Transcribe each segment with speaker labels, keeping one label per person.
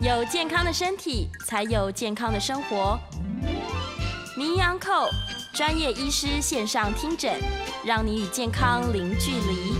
Speaker 1: 有健康的身体，才有健康的生活。名扬扣专业医师线上听诊，让你与健康零距离。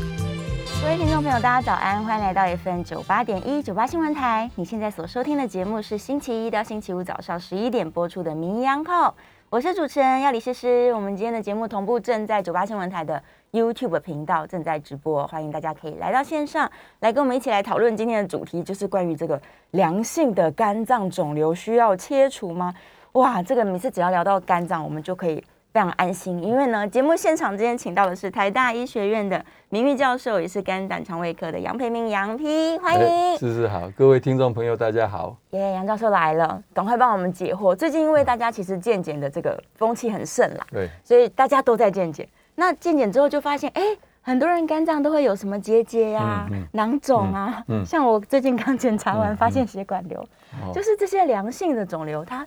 Speaker 2: 各位听众朋友，大家早安，欢迎来到 FM 九八点一九八新闻台。你现在所收听的节目是星期一到星期五早上十一点播出的《名医央叩》，我是主持人要李诗诗。我们今天的节目同步正在九八新闻台的 YouTube 频道正在直播，欢迎大家可以来到线上来跟我们一起来讨论今天的主题，就是关于这个良性的肝脏肿瘤需要切除吗？哇，这个每次只要聊到肝脏，我们就可以非常安心，因为呢，节目现场今天请到的是台大医学院的名誉教授，也是肝胆肠胃科的杨培明杨 P，欢迎
Speaker 3: 哎，是是好，各位听众朋友，大家好。
Speaker 2: 耶杨教授来了，赶快帮我们解惑。最近因为大家其实健检的这个风气很盛啦，
Speaker 3: 对，
Speaker 2: 所以大家都在健检。那健检之后就发现，哎、很多人肝脏都会有什么结节呀、
Speaker 3: 嗯嗯
Speaker 2: 囊肿啊。
Speaker 3: 嗯嗯
Speaker 2: 像我最近刚检查完，
Speaker 3: 嗯
Speaker 2: 发现血管瘤，
Speaker 3: 哦
Speaker 2: 就是这些良性的肿瘤，它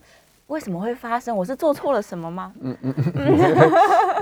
Speaker 2: 为什么会发生？我是做错了什么吗？
Speaker 3: 嗯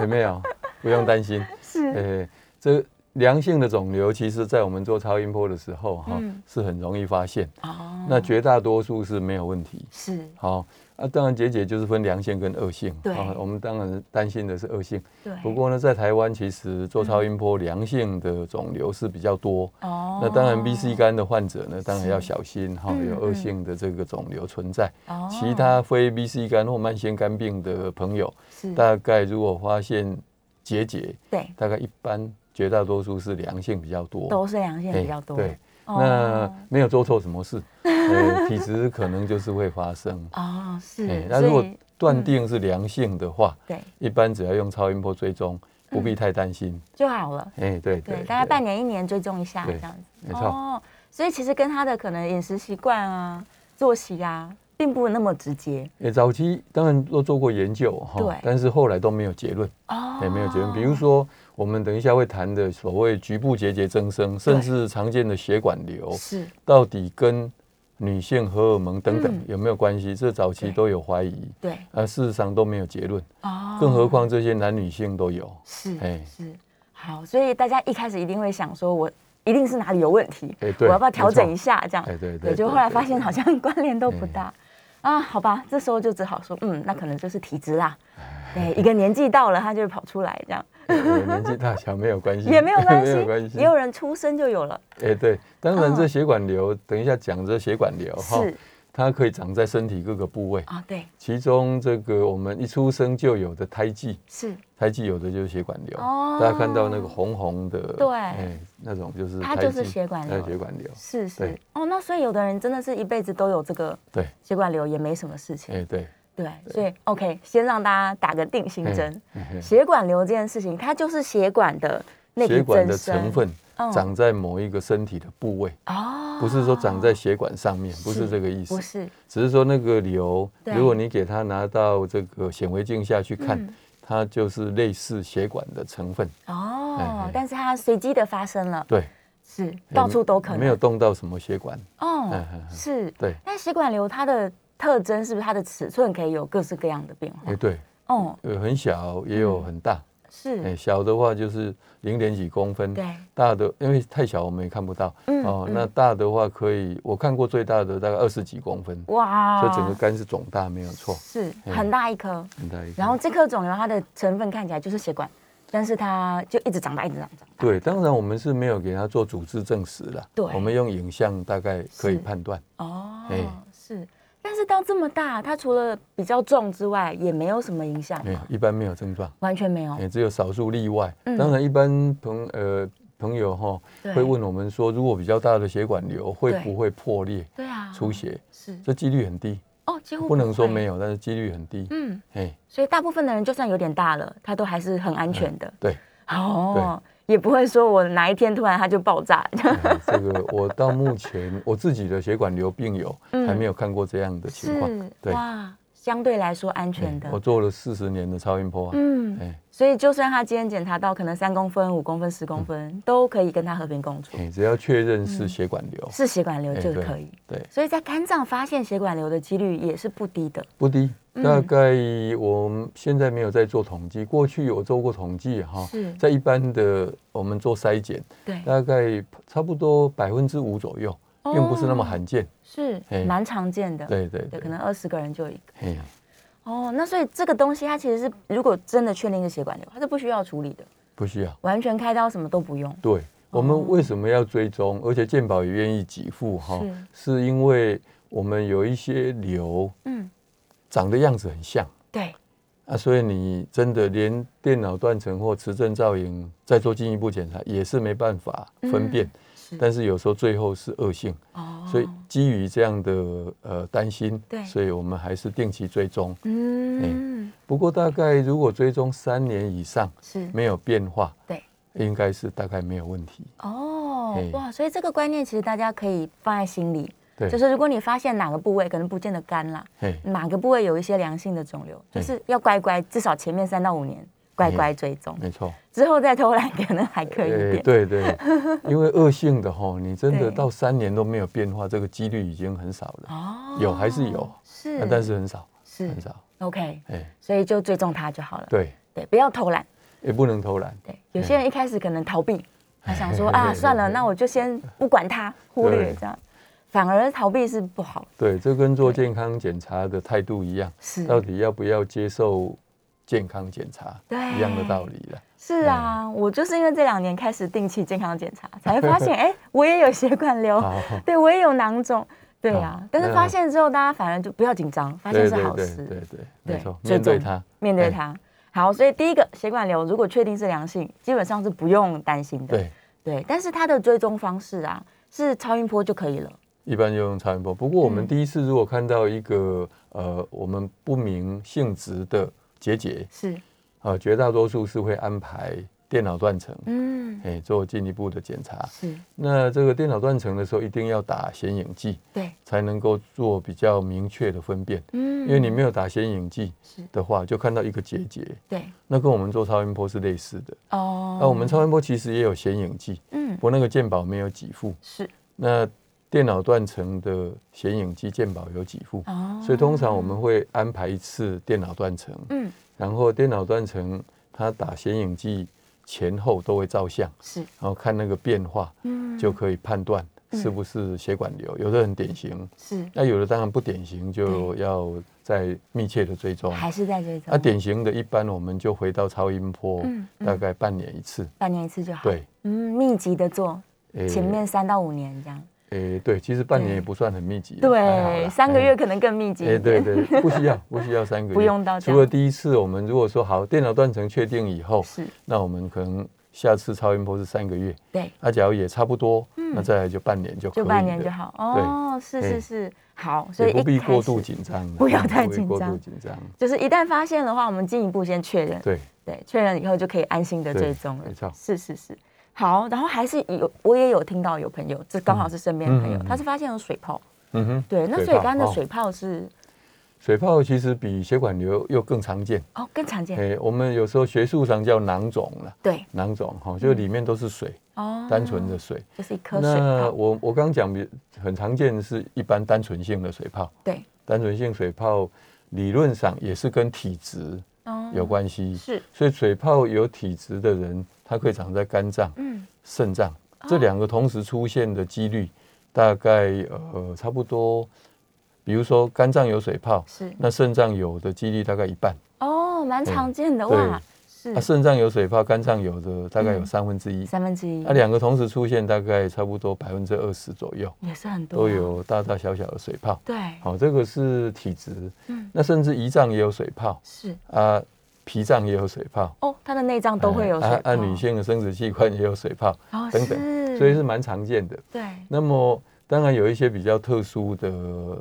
Speaker 3: 有 没有？不用担心。
Speaker 2: 是
Speaker 3: 呃，这良性的肿瘤，其实在我们做超音波的时候，哈、
Speaker 2: 嗯
Speaker 3: 是很容易发现。
Speaker 2: 哦，
Speaker 3: 那绝大多数是没有问题。
Speaker 2: 是
Speaker 3: 好、啊，当然结节就是分良性跟恶性。
Speaker 2: 对
Speaker 3: 啊我们当然担心的是恶性。
Speaker 2: 对。
Speaker 3: 不过呢，在台湾其实做超音波良性的肿瘤是比较多。
Speaker 2: 哦
Speaker 3: 那当然，B C 肝的患者呢，当然要小心哈、
Speaker 2: 嗯
Speaker 3: 有恶性的这个肿瘤存在。
Speaker 2: 哦
Speaker 3: 其他非 B C 肝或慢性肝病的朋友，
Speaker 2: 是
Speaker 3: 大概如果发现结节，
Speaker 2: 对，
Speaker 3: 大概一般绝大多数是良性比较多，
Speaker 2: 都是良性
Speaker 3: 嘿
Speaker 2: 比较多。
Speaker 3: 对，
Speaker 2: 哦
Speaker 3: 那没有做错什么事， 呃，体质可能就是会 发生。
Speaker 2: 哦是
Speaker 3: 嘿，哎那
Speaker 2: 所
Speaker 3: 如果
Speaker 2: 以
Speaker 3: 断定是良性的话，
Speaker 2: 对
Speaker 3: 一般只要用超音波追踪，不必太担心。
Speaker 2: 就好了。
Speaker 3: 哎，对
Speaker 2: 嗯对，大概半年一年追踪一下这
Speaker 3: 对
Speaker 2: 样子。
Speaker 3: 没错
Speaker 2: 哦，所以其实跟他的可能饮食习惯啊、作息啊，并不那么直接
Speaker 3: 也早期当然都做过研究
Speaker 2: 对
Speaker 3: 哈，但是后来都没有结论。
Speaker 2: 哦
Speaker 3: 哎也没有结论。比如说，我们等一下会谈的所谓局部结节增生，甚至常见的血管瘤，
Speaker 2: 是
Speaker 3: 到底跟女性荷尔蒙等等
Speaker 2: 嗯
Speaker 3: 有没有关系？这早期
Speaker 2: 对
Speaker 3: 都有怀疑，
Speaker 2: 对
Speaker 3: 而事实上都没有结论。
Speaker 2: 哦
Speaker 3: 更何况这些男女性都有。
Speaker 2: 是
Speaker 3: 哎
Speaker 2: 是好，所以大家一开始一定会想说，我一定是哪里有问题，
Speaker 3: 哎对
Speaker 2: 我要不要调整
Speaker 3: 没错
Speaker 2: 一下这样？
Speaker 3: 哎对对对
Speaker 2: 就后来
Speaker 3: 对
Speaker 2: 发
Speaker 3: 对
Speaker 2: 现好像关联都不
Speaker 3: 嗯
Speaker 2: 大啊，好吧，这时候就只好说，嗯，那可能就是体质啦。
Speaker 3: 哎
Speaker 2: 对，一个年纪到了，他就会跑出来，这样
Speaker 3: 呃年纪大小没有关 系，
Speaker 2: 也没有关
Speaker 3: 没
Speaker 2: 系，
Speaker 3: 有关系
Speaker 2: 也。有人出生就有了，
Speaker 3: 哎，对，当然这
Speaker 2: 嗯
Speaker 3: 血管瘤，等一下讲这血管瘤哈，
Speaker 2: 是
Speaker 3: 它可以长在身体各个部位，
Speaker 2: 啊，对，
Speaker 3: 其中这个我们一出生就有的胎记，
Speaker 2: 是
Speaker 3: 胎记有的就是血管瘤，
Speaker 2: 哦
Speaker 3: 大家看到那个红红的，
Speaker 2: 对
Speaker 3: 哎那种就是
Speaker 2: 它
Speaker 3: 胎
Speaker 2: 就是
Speaker 3: 记
Speaker 2: 血管
Speaker 3: 它是
Speaker 2: 瘤
Speaker 3: 血管瘤，
Speaker 2: 是是
Speaker 3: 对
Speaker 2: 哦，那所以有的人真的是一辈子都有这个
Speaker 3: 对，
Speaker 2: 血管瘤，也没什么事情。
Speaker 3: 哎对，
Speaker 2: 对，所以 OK，先让大家打个定心针。
Speaker 3: 嘿嘿
Speaker 2: 血管瘤这件事情，它就是血管的内
Speaker 3: 血
Speaker 2: 皮
Speaker 3: 管
Speaker 2: 增
Speaker 3: 的
Speaker 2: 生
Speaker 3: 成分
Speaker 2: 嗯
Speaker 3: 长在某一个身体的部位，
Speaker 2: 哦，
Speaker 3: 不是说长在血管上面，不是这个意思
Speaker 2: 不，是
Speaker 3: 只是说那个瘤，
Speaker 2: 对
Speaker 3: 如果你给它拿到这个显微镜下去看
Speaker 2: 嗯，
Speaker 3: 它就是类似血管的成分，哎
Speaker 2: 哦
Speaker 3: 哎，
Speaker 2: 但是它随机的发生了，
Speaker 3: 对，
Speaker 2: 是到处都可能
Speaker 3: 哎没有动到什么血管，
Speaker 2: 哦
Speaker 3: 嗯嗯，嗯
Speaker 2: 是。
Speaker 3: 对，
Speaker 2: 但血管瘤它的特征是不是它的尺寸可以有各式各样的变化
Speaker 3: 哎？对，
Speaker 2: 哦，
Speaker 3: 有很小也有
Speaker 2: 嗯
Speaker 3: 很大，哎、
Speaker 2: 是，
Speaker 3: 小的话就是零点几公分，
Speaker 2: 对，
Speaker 3: 大的因为太小我们也看不到，
Speaker 2: 嗯
Speaker 3: 哦，
Speaker 2: 嗯
Speaker 3: 那大的话可以，我看过最大的大概二十几公分，
Speaker 2: 哇，
Speaker 3: 所以整个肝是肿大，没有错，
Speaker 2: 是
Speaker 3: 哎
Speaker 2: 很大一颗。
Speaker 3: 很大一个。
Speaker 2: 然后这颗肿瘤它的成分看起来就是血管，但是它就一直长大，一直长大。
Speaker 3: 对，当然我们是没有给它做组织证实了，
Speaker 2: 对
Speaker 3: 我们用影像大概可以
Speaker 2: 是
Speaker 3: 判断，
Speaker 2: 哦
Speaker 3: 哎
Speaker 2: 是，但是到这么大，它除了比较重之外，也没有什么影响
Speaker 3: 没有
Speaker 2: 吗，
Speaker 3: 一般没有症状，
Speaker 2: 完全没有
Speaker 3: 也、。只有少数例外。
Speaker 2: 哦嗯
Speaker 3: 当然，一般朋呃朋友哈
Speaker 2: 对
Speaker 3: 会问我们说，如果比较大的血管瘤会
Speaker 2: 对
Speaker 3: 不会破裂
Speaker 2: 对啊，
Speaker 3: 出血？
Speaker 2: 是
Speaker 3: 这几率很低，
Speaker 2: 哦，几乎
Speaker 3: 不能说
Speaker 2: 会
Speaker 3: 没。有，但是几率很低。
Speaker 2: 嗯，
Speaker 3: 哎，
Speaker 2: 所以大部分的人就算有点大了，它都还是很安全的。
Speaker 3: 对。
Speaker 2: 哦，也不会说我哪一天突然它就爆炸。
Speaker 3: 哎这个我到目前我自己的血管瘤病友
Speaker 2: 嗯
Speaker 3: 还没有看过这样的情况。对，
Speaker 2: 哇，相对来说安全的
Speaker 3: 哎我。做了四十年的超音波啊，
Speaker 2: 嗯
Speaker 3: 哎
Speaker 2: 所以就算他今天检查到可能三公分、五公分、十
Speaker 3: 嗯
Speaker 2: 公分，都可以跟他和平共处，
Speaker 3: 哎，只要确认是血管瘤，
Speaker 2: 嗯是血管瘤
Speaker 3: 哎
Speaker 2: 就
Speaker 3: 对
Speaker 2: 可以。
Speaker 3: 对，
Speaker 2: 所以在肝脏发现血管瘤的几率也是不低的。
Speaker 3: 不低。
Speaker 2: 嗯
Speaker 3: 大概我们现在没有在做统计，过去有做过统计哈
Speaker 2: 是，
Speaker 3: 在一般的我们做筛检，
Speaker 2: 对
Speaker 3: 大概差不多百分之五左右并不是那么罕见。
Speaker 2: 是
Speaker 3: 嘿
Speaker 2: 蛮常见的，
Speaker 3: 对对
Speaker 2: 哦对，
Speaker 3: 对
Speaker 2: 可，能二十个人就有一个。
Speaker 3: 嘿呀，
Speaker 2: 哦，那所以这个东西它其实是，如果真的确定是血管瘤，它是不需要处理的，
Speaker 3: 不需要。
Speaker 2: 完全开刀什么都不用。
Speaker 3: 对，我
Speaker 2: 哦
Speaker 3: 们为什么要追踪？而且健保也愿意给付哈，是因为我们有一些瘤
Speaker 2: 嗯，
Speaker 3: 长的样子很像
Speaker 2: 对，
Speaker 3: 啊，所以你真的连电脑断层或磁振造影再做进一步检查也是没办法分辨。
Speaker 2: 是
Speaker 3: 但是有时候最后是恶性，
Speaker 2: 嗯哦
Speaker 3: 所以基于这样的呃担心，
Speaker 2: 对
Speaker 3: 所以我们还是定期追踪。
Speaker 2: 嗯，
Speaker 3: 不过大概如果追踪三年以上
Speaker 2: 是
Speaker 3: 没有变化，
Speaker 2: 对，
Speaker 3: 应该是大概没有问题。
Speaker 2: 哦
Speaker 3: 嘿，
Speaker 2: 哇，所以这个观念其实大家可以放在心里，
Speaker 3: 对，
Speaker 2: 就是如果你发现哪个部位可能不见得干啦，
Speaker 3: 嘿，
Speaker 2: 哪个部位有一些良性的肿瘤，就
Speaker 3: 对
Speaker 2: 是要乖乖，至少前面三到五年乖乖追踪，
Speaker 3: 没错。
Speaker 2: 之后再偷懒可能还可以一
Speaker 3: 对
Speaker 2: 点。
Speaker 3: 对对，因为恶性的哈，你真
Speaker 2: 对
Speaker 3: 的到三年都没有变化，这个几率已经很少了，
Speaker 2: 哦
Speaker 3: 有还是有
Speaker 2: 是
Speaker 3: 啊，但是很少，
Speaker 2: 是
Speaker 3: 很少。
Speaker 2: OK，
Speaker 3: 哎，
Speaker 2: 所以就追踪它就好了。
Speaker 3: 对，
Speaker 2: 对，不要偷懒。
Speaker 3: 也不能偷懒。
Speaker 2: 对，有些人一开始可能逃 避，他想说
Speaker 3: 嘿
Speaker 2: 啊，
Speaker 3: 嘿嘿
Speaker 2: 算了，
Speaker 3: 嘿
Speaker 2: 那我就先不管它，忽略
Speaker 3: 对
Speaker 2: 这样，反而逃避是不好的。
Speaker 3: 对，这跟做健康检查的态度一样，
Speaker 2: 是
Speaker 3: 到底要不要接受健康检查，
Speaker 2: 对
Speaker 3: 一样的道理了。
Speaker 2: 是啊，我就是因为这两年开始定期健康检 查，才发现哎、我也有血管瘤，
Speaker 3: 好，
Speaker 2: 对哦我也有囊肿，对啊
Speaker 3: 好。
Speaker 2: 但是
Speaker 3: 那
Speaker 2: 发现之后，大家反而就不要紧张，发现
Speaker 3: 哦对
Speaker 2: 是
Speaker 3: 对
Speaker 2: 好
Speaker 3: 对
Speaker 2: 事。
Speaker 3: 对对，
Speaker 2: 对
Speaker 3: 没错，
Speaker 2: 追
Speaker 3: 面对
Speaker 2: 踪
Speaker 3: 它，
Speaker 2: 面对
Speaker 3: 哎
Speaker 2: 它。好，所以第一个血管瘤如果确定是良性，基本上是不用担心的。
Speaker 3: 对，
Speaker 2: 对，但是它的追踪方式啊，是超音波就可以了。
Speaker 3: 一般就用超音波。不过我
Speaker 2: 嗯
Speaker 3: 们第一次如果看到一个呃，我们不明性质的结节，
Speaker 2: 是，
Speaker 3: 呃，绝大多数是会安排电脑断层，
Speaker 2: 嗯，
Speaker 3: 哎，做进一步的检查。
Speaker 2: 是
Speaker 3: 那这个电脑断层的时候，一定要打显影剂，
Speaker 2: 对，
Speaker 3: 才能够做比较明确的分辨。
Speaker 2: 嗯
Speaker 3: 因为你没有打显影剂
Speaker 2: 是
Speaker 3: 的话，就看到一个结节，
Speaker 2: 对
Speaker 3: 那跟我们做超音波是类似的。
Speaker 2: 哦，
Speaker 3: 那我们超音波其实也有显影剂，
Speaker 2: 嗯
Speaker 3: 不过那个健保没有给付。
Speaker 2: 是
Speaker 3: 那电脑断层的显影剂健保有给付，
Speaker 2: 哦，
Speaker 3: 所以通常我们会安排一次电脑断层，
Speaker 2: 嗯
Speaker 3: 然后电脑断层它打显影剂前后都会照相，
Speaker 2: 是
Speaker 3: 然后看那个变化，
Speaker 2: 嗯
Speaker 3: 就可以判断是不是血管瘤。有的很典型，
Speaker 2: 是
Speaker 3: 那有的当然不典型，就要再密切的追踪。
Speaker 2: 还是在追踪，
Speaker 3: 那典型的，一般我们就回到超音波
Speaker 2: 嗯，嗯
Speaker 3: 大概半年一次。
Speaker 2: 半年一次就好。，
Speaker 3: 对，
Speaker 2: 嗯，密集的做，
Speaker 3: 诶
Speaker 2: 前面三到五年这样。
Speaker 3: 诶，对，其实半年
Speaker 2: 对
Speaker 3: 也不算很密集，还好
Speaker 2: 对，
Speaker 3: 啦
Speaker 2: 三个
Speaker 3: 诶
Speaker 2: 月可能更密集一
Speaker 3: 哎，
Speaker 2: 点。
Speaker 3: 对对，不需要，不需要三个 月，
Speaker 2: 不用到这样
Speaker 3: 除了第一次，我们如果说好，电脑断层确定以后，
Speaker 2: 是，
Speaker 3: 那我们可能下次超音波是三个月，
Speaker 2: 对，
Speaker 3: 那、假如也差不多，那再来就半年就可以
Speaker 2: 嗯就
Speaker 3: 了，
Speaker 2: 半年就好。哦，是是
Speaker 3: 哎
Speaker 2: 是，好，所以
Speaker 3: 也不
Speaker 2: 一
Speaker 3: 必
Speaker 2: 开
Speaker 3: 过度
Speaker 2: 始
Speaker 3: 紧张，
Speaker 2: 不要太
Speaker 3: 嗯必
Speaker 2: 紧
Speaker 3: 过
Speaker 2: 张
Speaker 3: 度紧张，
Speaker 2: 就是一旦发现的话，我们进一步先确认，
Speaker 3: 对，
Speaker 2: 对，确认以后就可以安心的
Speaker 3: 对
Speaker 2: 追踪了。
Speaker 3: 没错
Speaker 2: 是是是，好，然后还是有我也有听到有朋友，这刚好是身边的朋友，
Speaker 3: 嗯嗯嗯
Speaker 2: 他是发现有水泡，
Speaker 3: 嗯哼，
Speaker 2: 对，那
Speaker 3: 水
Speaker 2: 水
Speaker 3: 泡
Speaker 2: 干的
Speaker 3: 哦
Speaker 2: 水泡是
Speaker 3: 水泡其实比血管瘤又更常见，
Speaker 2: 哦更常见，
Speaker 3: 哎、我们有时候学术上叫囊肿了，
Speaker 2: 对，
Speaker 3: 囊肿哈，就里面都是水，
Speaker 2: 哦，
Speaker 3: 单纯的水。
Speaker 2: 就是一颗嗯水
Speaker 3: 那
Speaker 2: 泡，
Speaker 3: 我我刚讲比很常见的是一般单纯性的水泡，
Speaker 2: 对，
Speaker 3: 单纯性水泡理论上也是跟体质
Speaker 2: 哦
Speaker 3: 有关系，
Speaker 2: 是，
Speaker 3: 所以水泡有体质的人，它可以长在肝脏、
Speaker 2: 嗯，
Speaker 3: 肾脏这两个同时出现的几率，大概呃差不多，比如说肝脏有水泡，
Speaker 2: 是，
Speaker 3: 那肾脏有的几率大概一半，
Speaker 2: 哦，蛮常见的
Speaker 3: 对啊
Speaker 2: 哇，是
Speaker 3: 那肾脏有水泡，肝脏有的大概有
Speaker 2: 嗯
Speaker 3: 三分之一，
Speaker 2: 三分之一
Speaker 3: 那，啊两个同时出现，大概差不多百分之二十左右，
Speaker 2: 也是很多，
Speaker 3: 都，有大大小小的水泡。
Speaker 2: 对，
Speaker 3: 好，这个是体质，
Speaker 2: 嗯
Speaker 3: 那甚至胰脏也有水泡
Speaker 2: 是，
Speaker 3: 啊，脾脏也有水泡，
Speaker 2: 哦，他的内脏都会有
Speaker 3: 哎
Speaker 2: 水
Speaker 3: 啊
Speaker 2: 泡，
Speaker 3: 啊女性的生殖器官也有水泡
Speaker 2: 哦
Speaker 3: 等
Speaker 2: 是
Speaker 3: 等，所以是蛮常见的。
Speaker 2: 对，
Speaker 3: 那么当然有一些比较特殊的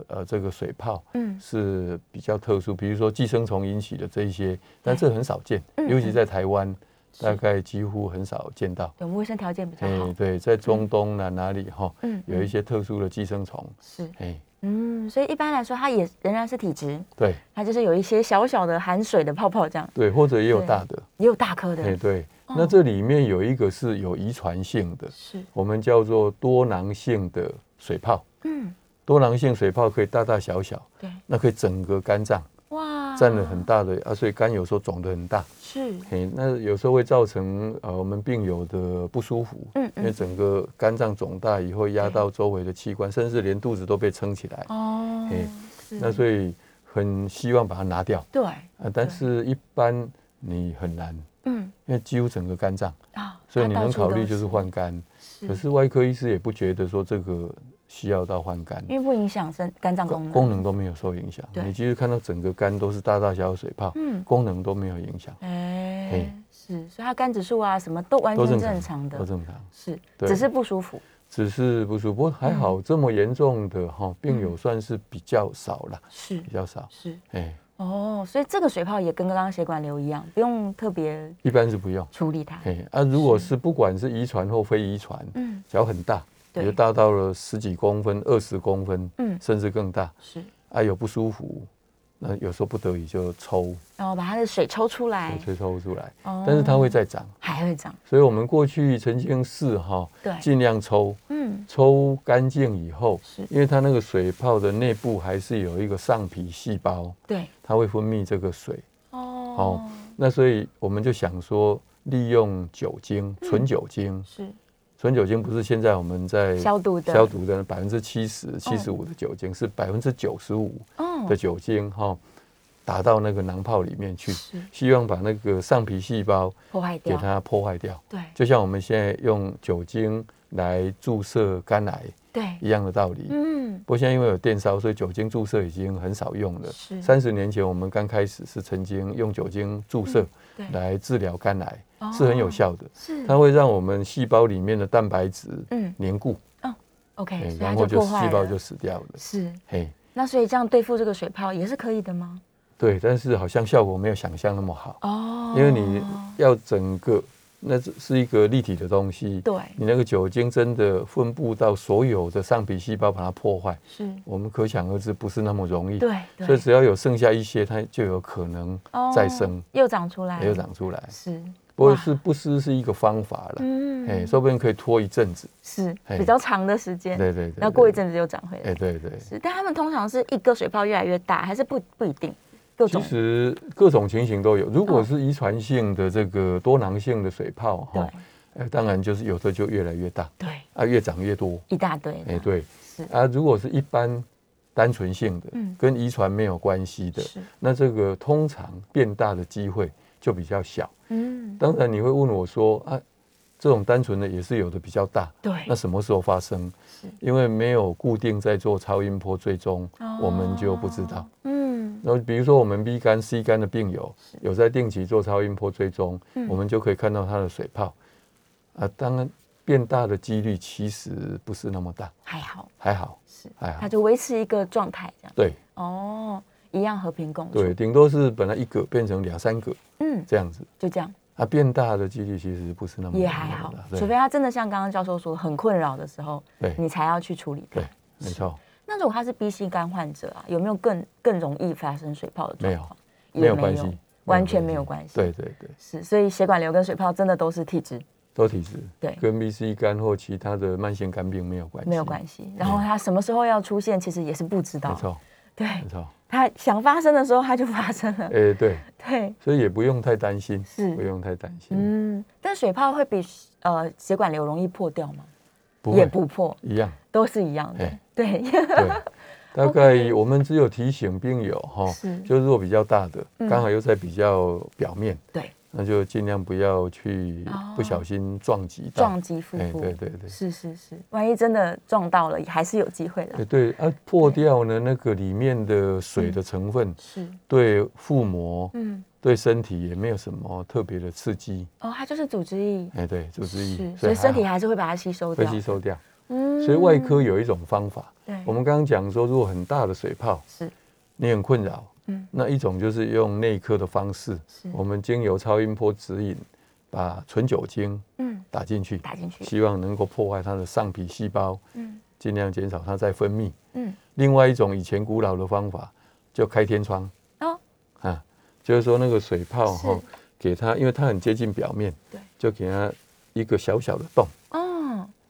Speaker 3: 呃这个水泡
Speaker 2: 嗯，
Speaker 3: 是比较特殊，比如说寄生虫引起的这一些，但这很少见，
Speaker 2: 嗯
Speaker 3: 尤其在台湾大概几乎很少见到。
Speaker 2: 我们卫生条件比较
Speaker 3: 哎
Speaker 2: 好，，
Speaker 3: 对，在中东呢、哪里哈，
Speaker 2: 嗯
Speaker 3: 有一些特殊的寄生虫，
Speaker 2: 是，
Speaker 3: 哎，
Speaker 2: 嗯，所以一般来说，它也仍然是体质，
Speaker 3: 对
Speaker 2: 它就是有一些小小的含水的泡泡，这样
Speaker 3: 对，或者也有
Speaker 2: 对
Speaker 3: 大的，
Speaker 2: 也有大颗
Speaker 3: 哎
Speaker 2: 的，
Speaker 3: 对，那这里面有一个是有遗传性的，
Speaker 2: 是，
Speaker 3: 我们叫做多囊性的水泡，
Speaker 2: 嗯，
Speaker 3: 多囊性水泡可以大大小小，
Speaker 2: 对，
Speaker 3: 那可以整个肝脏，
Speaker 2: 哇，
Speaker 3: 占了很大的啊，所以肝有时候肿得很大，
Speaker 2: 是，
Speaker 3: 嘿，那有时候会造成呃我们病友的不舒服，
Speaker 2: 嗯
Speaker 3: 因为
Speaker 2: 嗯，
Speaker 3: 整个肝脏肿大以后压到周围的器官，甚至连肚子都被撑起来，
Speaker 2: 哦
Speaker 3: 嘿，
Speaker 2: 是
Speaker 3: 那所以很希望把它拿掉
Speaker 2: 对，
Speaker 3: 啊，但是一般你很难，
Speaker 2: 嗯
Speaker 3: 因为几乎整个肝脏，
Speaker 2: 啊，
Speaker 3: 所以
Speaker 2: 它
Speaker 3: 你
Speaker 2: 到
Speaker 3: 能
Speaker 2: 处
Speaker 3: 考
Speaker 2: 都
Speaker 3: 虑就是换肝，
Speaker 2: 是，
Speaker 3: 可是外科医师也不觉得说这个需要到换肝。
Speaker 2: 因为不影响肾肝脏功能，
Speaker 3: 功能都没有受影响，
Speaker 2: 对
Speaker 3: 你其实看到整个肝都是大大小小水泡，
Speaker 2: 嗯，
Speaker 3: 功能都没有影响，
Speaker 2: 哎
Speaker 3: 嘿，
Speaker 2: 是，所以它肝指数啊什么都完
Speaker 3: 都
Speaker 2: 全
Speaker 3: 正
Speaker 2: 正
Speaker 3: 常，
Speaker 2: 常
Speaker 3: 都
Speaker 2: 的，
Speaker 3: 正常，
Speaker 2: 是，
Speaker 3: 对
Speaker 2: 只是不舒服，
Speaker 3: 只是不舒服。不过还
Speaker 2: 嗯
Speaker 3: 好，这么严重的哈病友算是比较少了，
Speaker 2: 是
Speaker 3: 比较少。
Speaker 2: 是，
Speaker 3: 哎，
Speaker 2: 哦，所以这个水泡也跟刚刚血管瘤一样，不用特别
Speaker 3: 一般是不用。
Speaker 2: 处理它，
Speaker 3: 哎，啊，如果是不管是遗传或非遗传，
Speaker 2: 嗯
Speaker 3: 脚很大，
Speaker 2: 对
Speaker 3: 比如大到了十几公分、二十公分，
Speaker 2: 嗯
Speaker 3: 甚至更大，
Speaker 2: 是，
Speaker 3: 啊，有不舒服，那有时候不得已就抽，
Speaker 2: 然后把它的水抽出来，
Speaker 3: 就抽出来，
Speaker 2: 哎哦
Speaker 3: 但是它会再长。
Speaker 2: 还会长，
Speaker 3: 所以我们过去曾经试哈，
Speaker 2: 对
Speaker 3: 尽量抽，
Speaker 2: 嗯
Speaker 3: 抽干净以后
Speaker 2: 是，
Speaker 3: 因为它那个水泡的内部还是有一个上皮细胞，
Speaker 2: 对，
Speaker 3: 它会分泌这个水。
Speaker 2: 哦，
Speaker 3: 那所以我们就想说，利用酒精，
Speaker 2: 嗯
Speaker 3: 纯酒精，
Speaker 2: 是
Speaker 3: 纯酒精不是现在我们在
Speaker 2: 消毒的，
Speaker 3: 消，毒的百分之七十、七十五的酒精，是百分之九十五
Speaker 2: 哦
Speaker 3: 的，酒精哈、打到那个囊泡里面去，
Speaker 2: 是
Speaker 3: 希望把那个上皮细胞
Speaker 2: 破坏
Speaker 3: 给
Speaker 2: 掉，
Speaker 3: 它破坏掉。
Speaker 2: 对
Speaker 3: 就像我们现在用酒精来注射肝癌
Speaker 2: 对，
Speaker 3: 一样的道理。
Speaker 2: 嗯
Speaker 3: 不过现在因为有电烧，所以酒精注射已经很少用了。
Speaker 2: 是
Speaker 3: 三十年前我们刚开始是曾经用酒精注射
Speaker 2: 嗯对，
Speaker 3: 来治疗肝癌，
Speaker 2: 哦
Speaker 3: 是很有效的。
Speaker 2: 是，
Speaker 3: 它会让我们细胞里面的蛋白质
Speaker 2: 嗯
Speaker 3: 凝固，
Speaker 2: OK，
Speaker 3: 哎
Speaker 2: 所以它
Speaker 3: 然后
Speaker 2: 就
Speaker 3: 就
Speaker 2: 破
Speaker 3: 细
Speaker 2: 坏
Speaker 3: 胞
Speaker 2: 了
Speaker 3: 就死掉了。哎
Speaker 2: 是，
Speaker 3: 嘿，
Speaker 2: 那所以这样对付这个水泡也是可以的吗？
Speaker 3: 对，但是好像效果没有想象那么好，
Speaker 2: 哦
Speaker 3: 因为你要整个那是是一个立体的东西，
Speaker 2: 对
Speaker 3: 你那个酒精真的分布到所有的上皮细胞，把它破坏，
Speaker 2: 是，
Speaker 3: 我们可想而知不是那么容易。，
Speaker 2: 对对，
Speaker 3: 所以只要有剩下一些，它就有可能
Speaker 2: 哦
Speaker 3: 再生，
Speaker 2: 又长出来，
Speaker 3: 也就长出来。
Speaker 2: 是，
Speaker 3: 不过
Speaker 2: 哇
Speaker 3: 是不失是一个方法了，
Speaker 2: 嗯
Speaker 3: 哎，说不定可以拖一阵子。
Speaker 2: 是
Speaker 3: 嘿
Speaker 2: 比较长的时间，
Speaker 3: 对对对，
Speaker 2: 然后过一
Speaker 3: 对，
Speaker 2: 阵子又长回来
Speaker 3: 哎，，对对。
Speaker 2: 是，但他们通常是一个水泡越来越大，还是不不一定，各
Speaker 3: 其
Speaker 2: 种
Speaker 3: 实各种情形都有，如果
Speaker 2: 嗯
Speaker 3: 是遗传性的这个多囊性的水泡
Speaker 2: 对
Speaker 3: 哈，呃，当然就是有的就越来越大，
Speaker 2: 对
Speaker 3: 啊，越长越多。
Speaker 2: 一大堆，
Speaker 3: 哎，，对，
Speaker 2: 是
Speaker 3: 啊，如果是一般单纯性的，
Speaker 2: 嗯
Speaker 3: 跟遗传没有关系的，
Speaker 2: 是，
Speaker 3: 那这个通常变大的机会就比较小。
Speaker 2: 嗯，
Speaker 3: 当然你会问我说啊，这种单纯的也是有的比较大，
Speaker 2: 对
Speaker 3: 那，什么时候发生
Speaker 2: 是？
Speaker 3: 因为没有固定在做超音波追踪，
Speaker 2: 哦
Speaker 3: 我们就不知道。
Speaker 2: 嗯，
Speaker 3: 然后比如说我们 B 肝、C 肝的病友有在定期做超音波追踪，
Speaker 2: 嗯
Speaker 3: 我们就可以看到它的水泡啊，当然变大的几率其实不是那么大，
Speaker 2: 还好
Speaker 3: 还好，
Speaker 2: 是，
Speaker 3: 还
Speaker 2: 它
Speaker 3: 好。
Speaker 2: 就维持一个状态这样，
Speaker 3: 对
Speaker 2: 哦，一样和平共处，
Speaker 3: 对，，顶多是本来一个变成两三个
Speaker 2: 嗯，
Speaker 3: 这样子，
Speaker 2: 就这样。
Speaker 3: 啊，变大的几率其实不是那么
Speaker 2: 也还好
Speaker 3: 那么嗯大，对
Speaker 2: 除非他真的像刚刚教授说很困扰的时候，
Speaker 3: 对
Speaker 2: 你才要去处理它
Speaker 3: 对。，没错，
Speaker 2: 那如果他是 B C 肝患者啊，有没有更更容易发生水泡的状况？也
Speaker 3: 没有关系，没有
Speaker 2: 完全没有关系。
Speaker 3: 对，对对，
Speaker 2: 是，所以血管瘤跟水泡真的都是体质，
Speaker 3: 多体质，
Speaker 2: 对
Speaker 3: 跟 B C 肝或其他的慢性肝病没有关系，
Speaker 2: 没有关系。然后他什么时候要出现，其实也是不知
Speaker 3: 没
Speaker 2: 道。
Speaker 3: 错，
Speaker 2: 对，
Speaker 3: 没错，
Speaker 2: 他想发生的时候他就发生了。
Speaker 3: 哎，对，
Speaker 2: 对，
Speaker 3: 所以也不用太担心，
Speaker 2: 是
Speaker 3: 不用太担心，
Speaker 2: 嗯，但水泡会比呃血管瘤容易破掉吗？
Speaker 3: 会
Speaker 2: 也不破，
Speaker 3: 一样，
Speaker 2: 都是一样的
Speaker 3: 哎。
Speaker 2: 对，
Speaker 3: 对。大概我们只有提醒病友哈
Speaker 2: 是，
Speaker 3: 哦就如果比较大的，
Speaker 2: 嗯
Speaker 3: 刚好又在比较表面，
Speaker 2: 对，
Speaker 3: 那就尽量不要去
Speaker 2: 哦
Speaker 3: 不小心撞击到
Speaker 2: 撞击腹
Speaker 3: 哎
Speaker 2: 部。
Speaker 3: 对对对
Speaker 2: 是是是，万一真的撞到了，还是有机会
Speaker 3: 对
Speaker 2: 的。
Speaker 3: 对啊，破掉呢那个里面的水
Speaker 2: 嗯
Speaker 3: 的成分，
Speaker 2: 是，
Speaker 3: 对腹膜、
Speaker 2: 嗯，
Speaker 3: 对身体也没有什么特别的刺激。
Speaker 2: 哦，它就是组织液，
Speaker 3: 哎，对，组织
Speaker 2: 是，
Speaker 3: 液，
Speaker 2: 所以身体
Speaker 3: 还
Speaker 2: 还是会把它吸收
Speaker 3: 好会
Speaker 2: 掉
Speaker 3: 吸。收掉。
Speaker 2: 嗯
Speaker 3: 所以外科有一种方法，
Speaker 2: 对，
Speaker 3: 我们刚刚讲说，如果很大的水泡，
Speaker 2: 是
Speaker 3: 你很困扰，
Speaker 2: 嗯
Speaker 3: 那一种就是用内科的方式，
Speaker 2: 是，
Speaker 3: 我们经由超音波指引，把纯酒精
Speaker 2: 嗯
Speaker 3: 打进去，
Speaker 2: 打进去，
Speaker 3: 希望能够破坏它的上皮细胞，
Speaker 2: 嗯
Speaker 3: 尽量减少它再分泌。
Speaker 2: 嗯，
Speaker 3: 另外一种以前古老的方法，就开天窗
Speaker 2: 哦
Speaker 3: 啊，就是说那个水泡
Speaker 2: 是
Speaker 3: 哈、给它，因为它很接近表面，
Speaker 2: 对，
Speaker 3: 就给它一个小小的洞，
Speaker 2: 哦，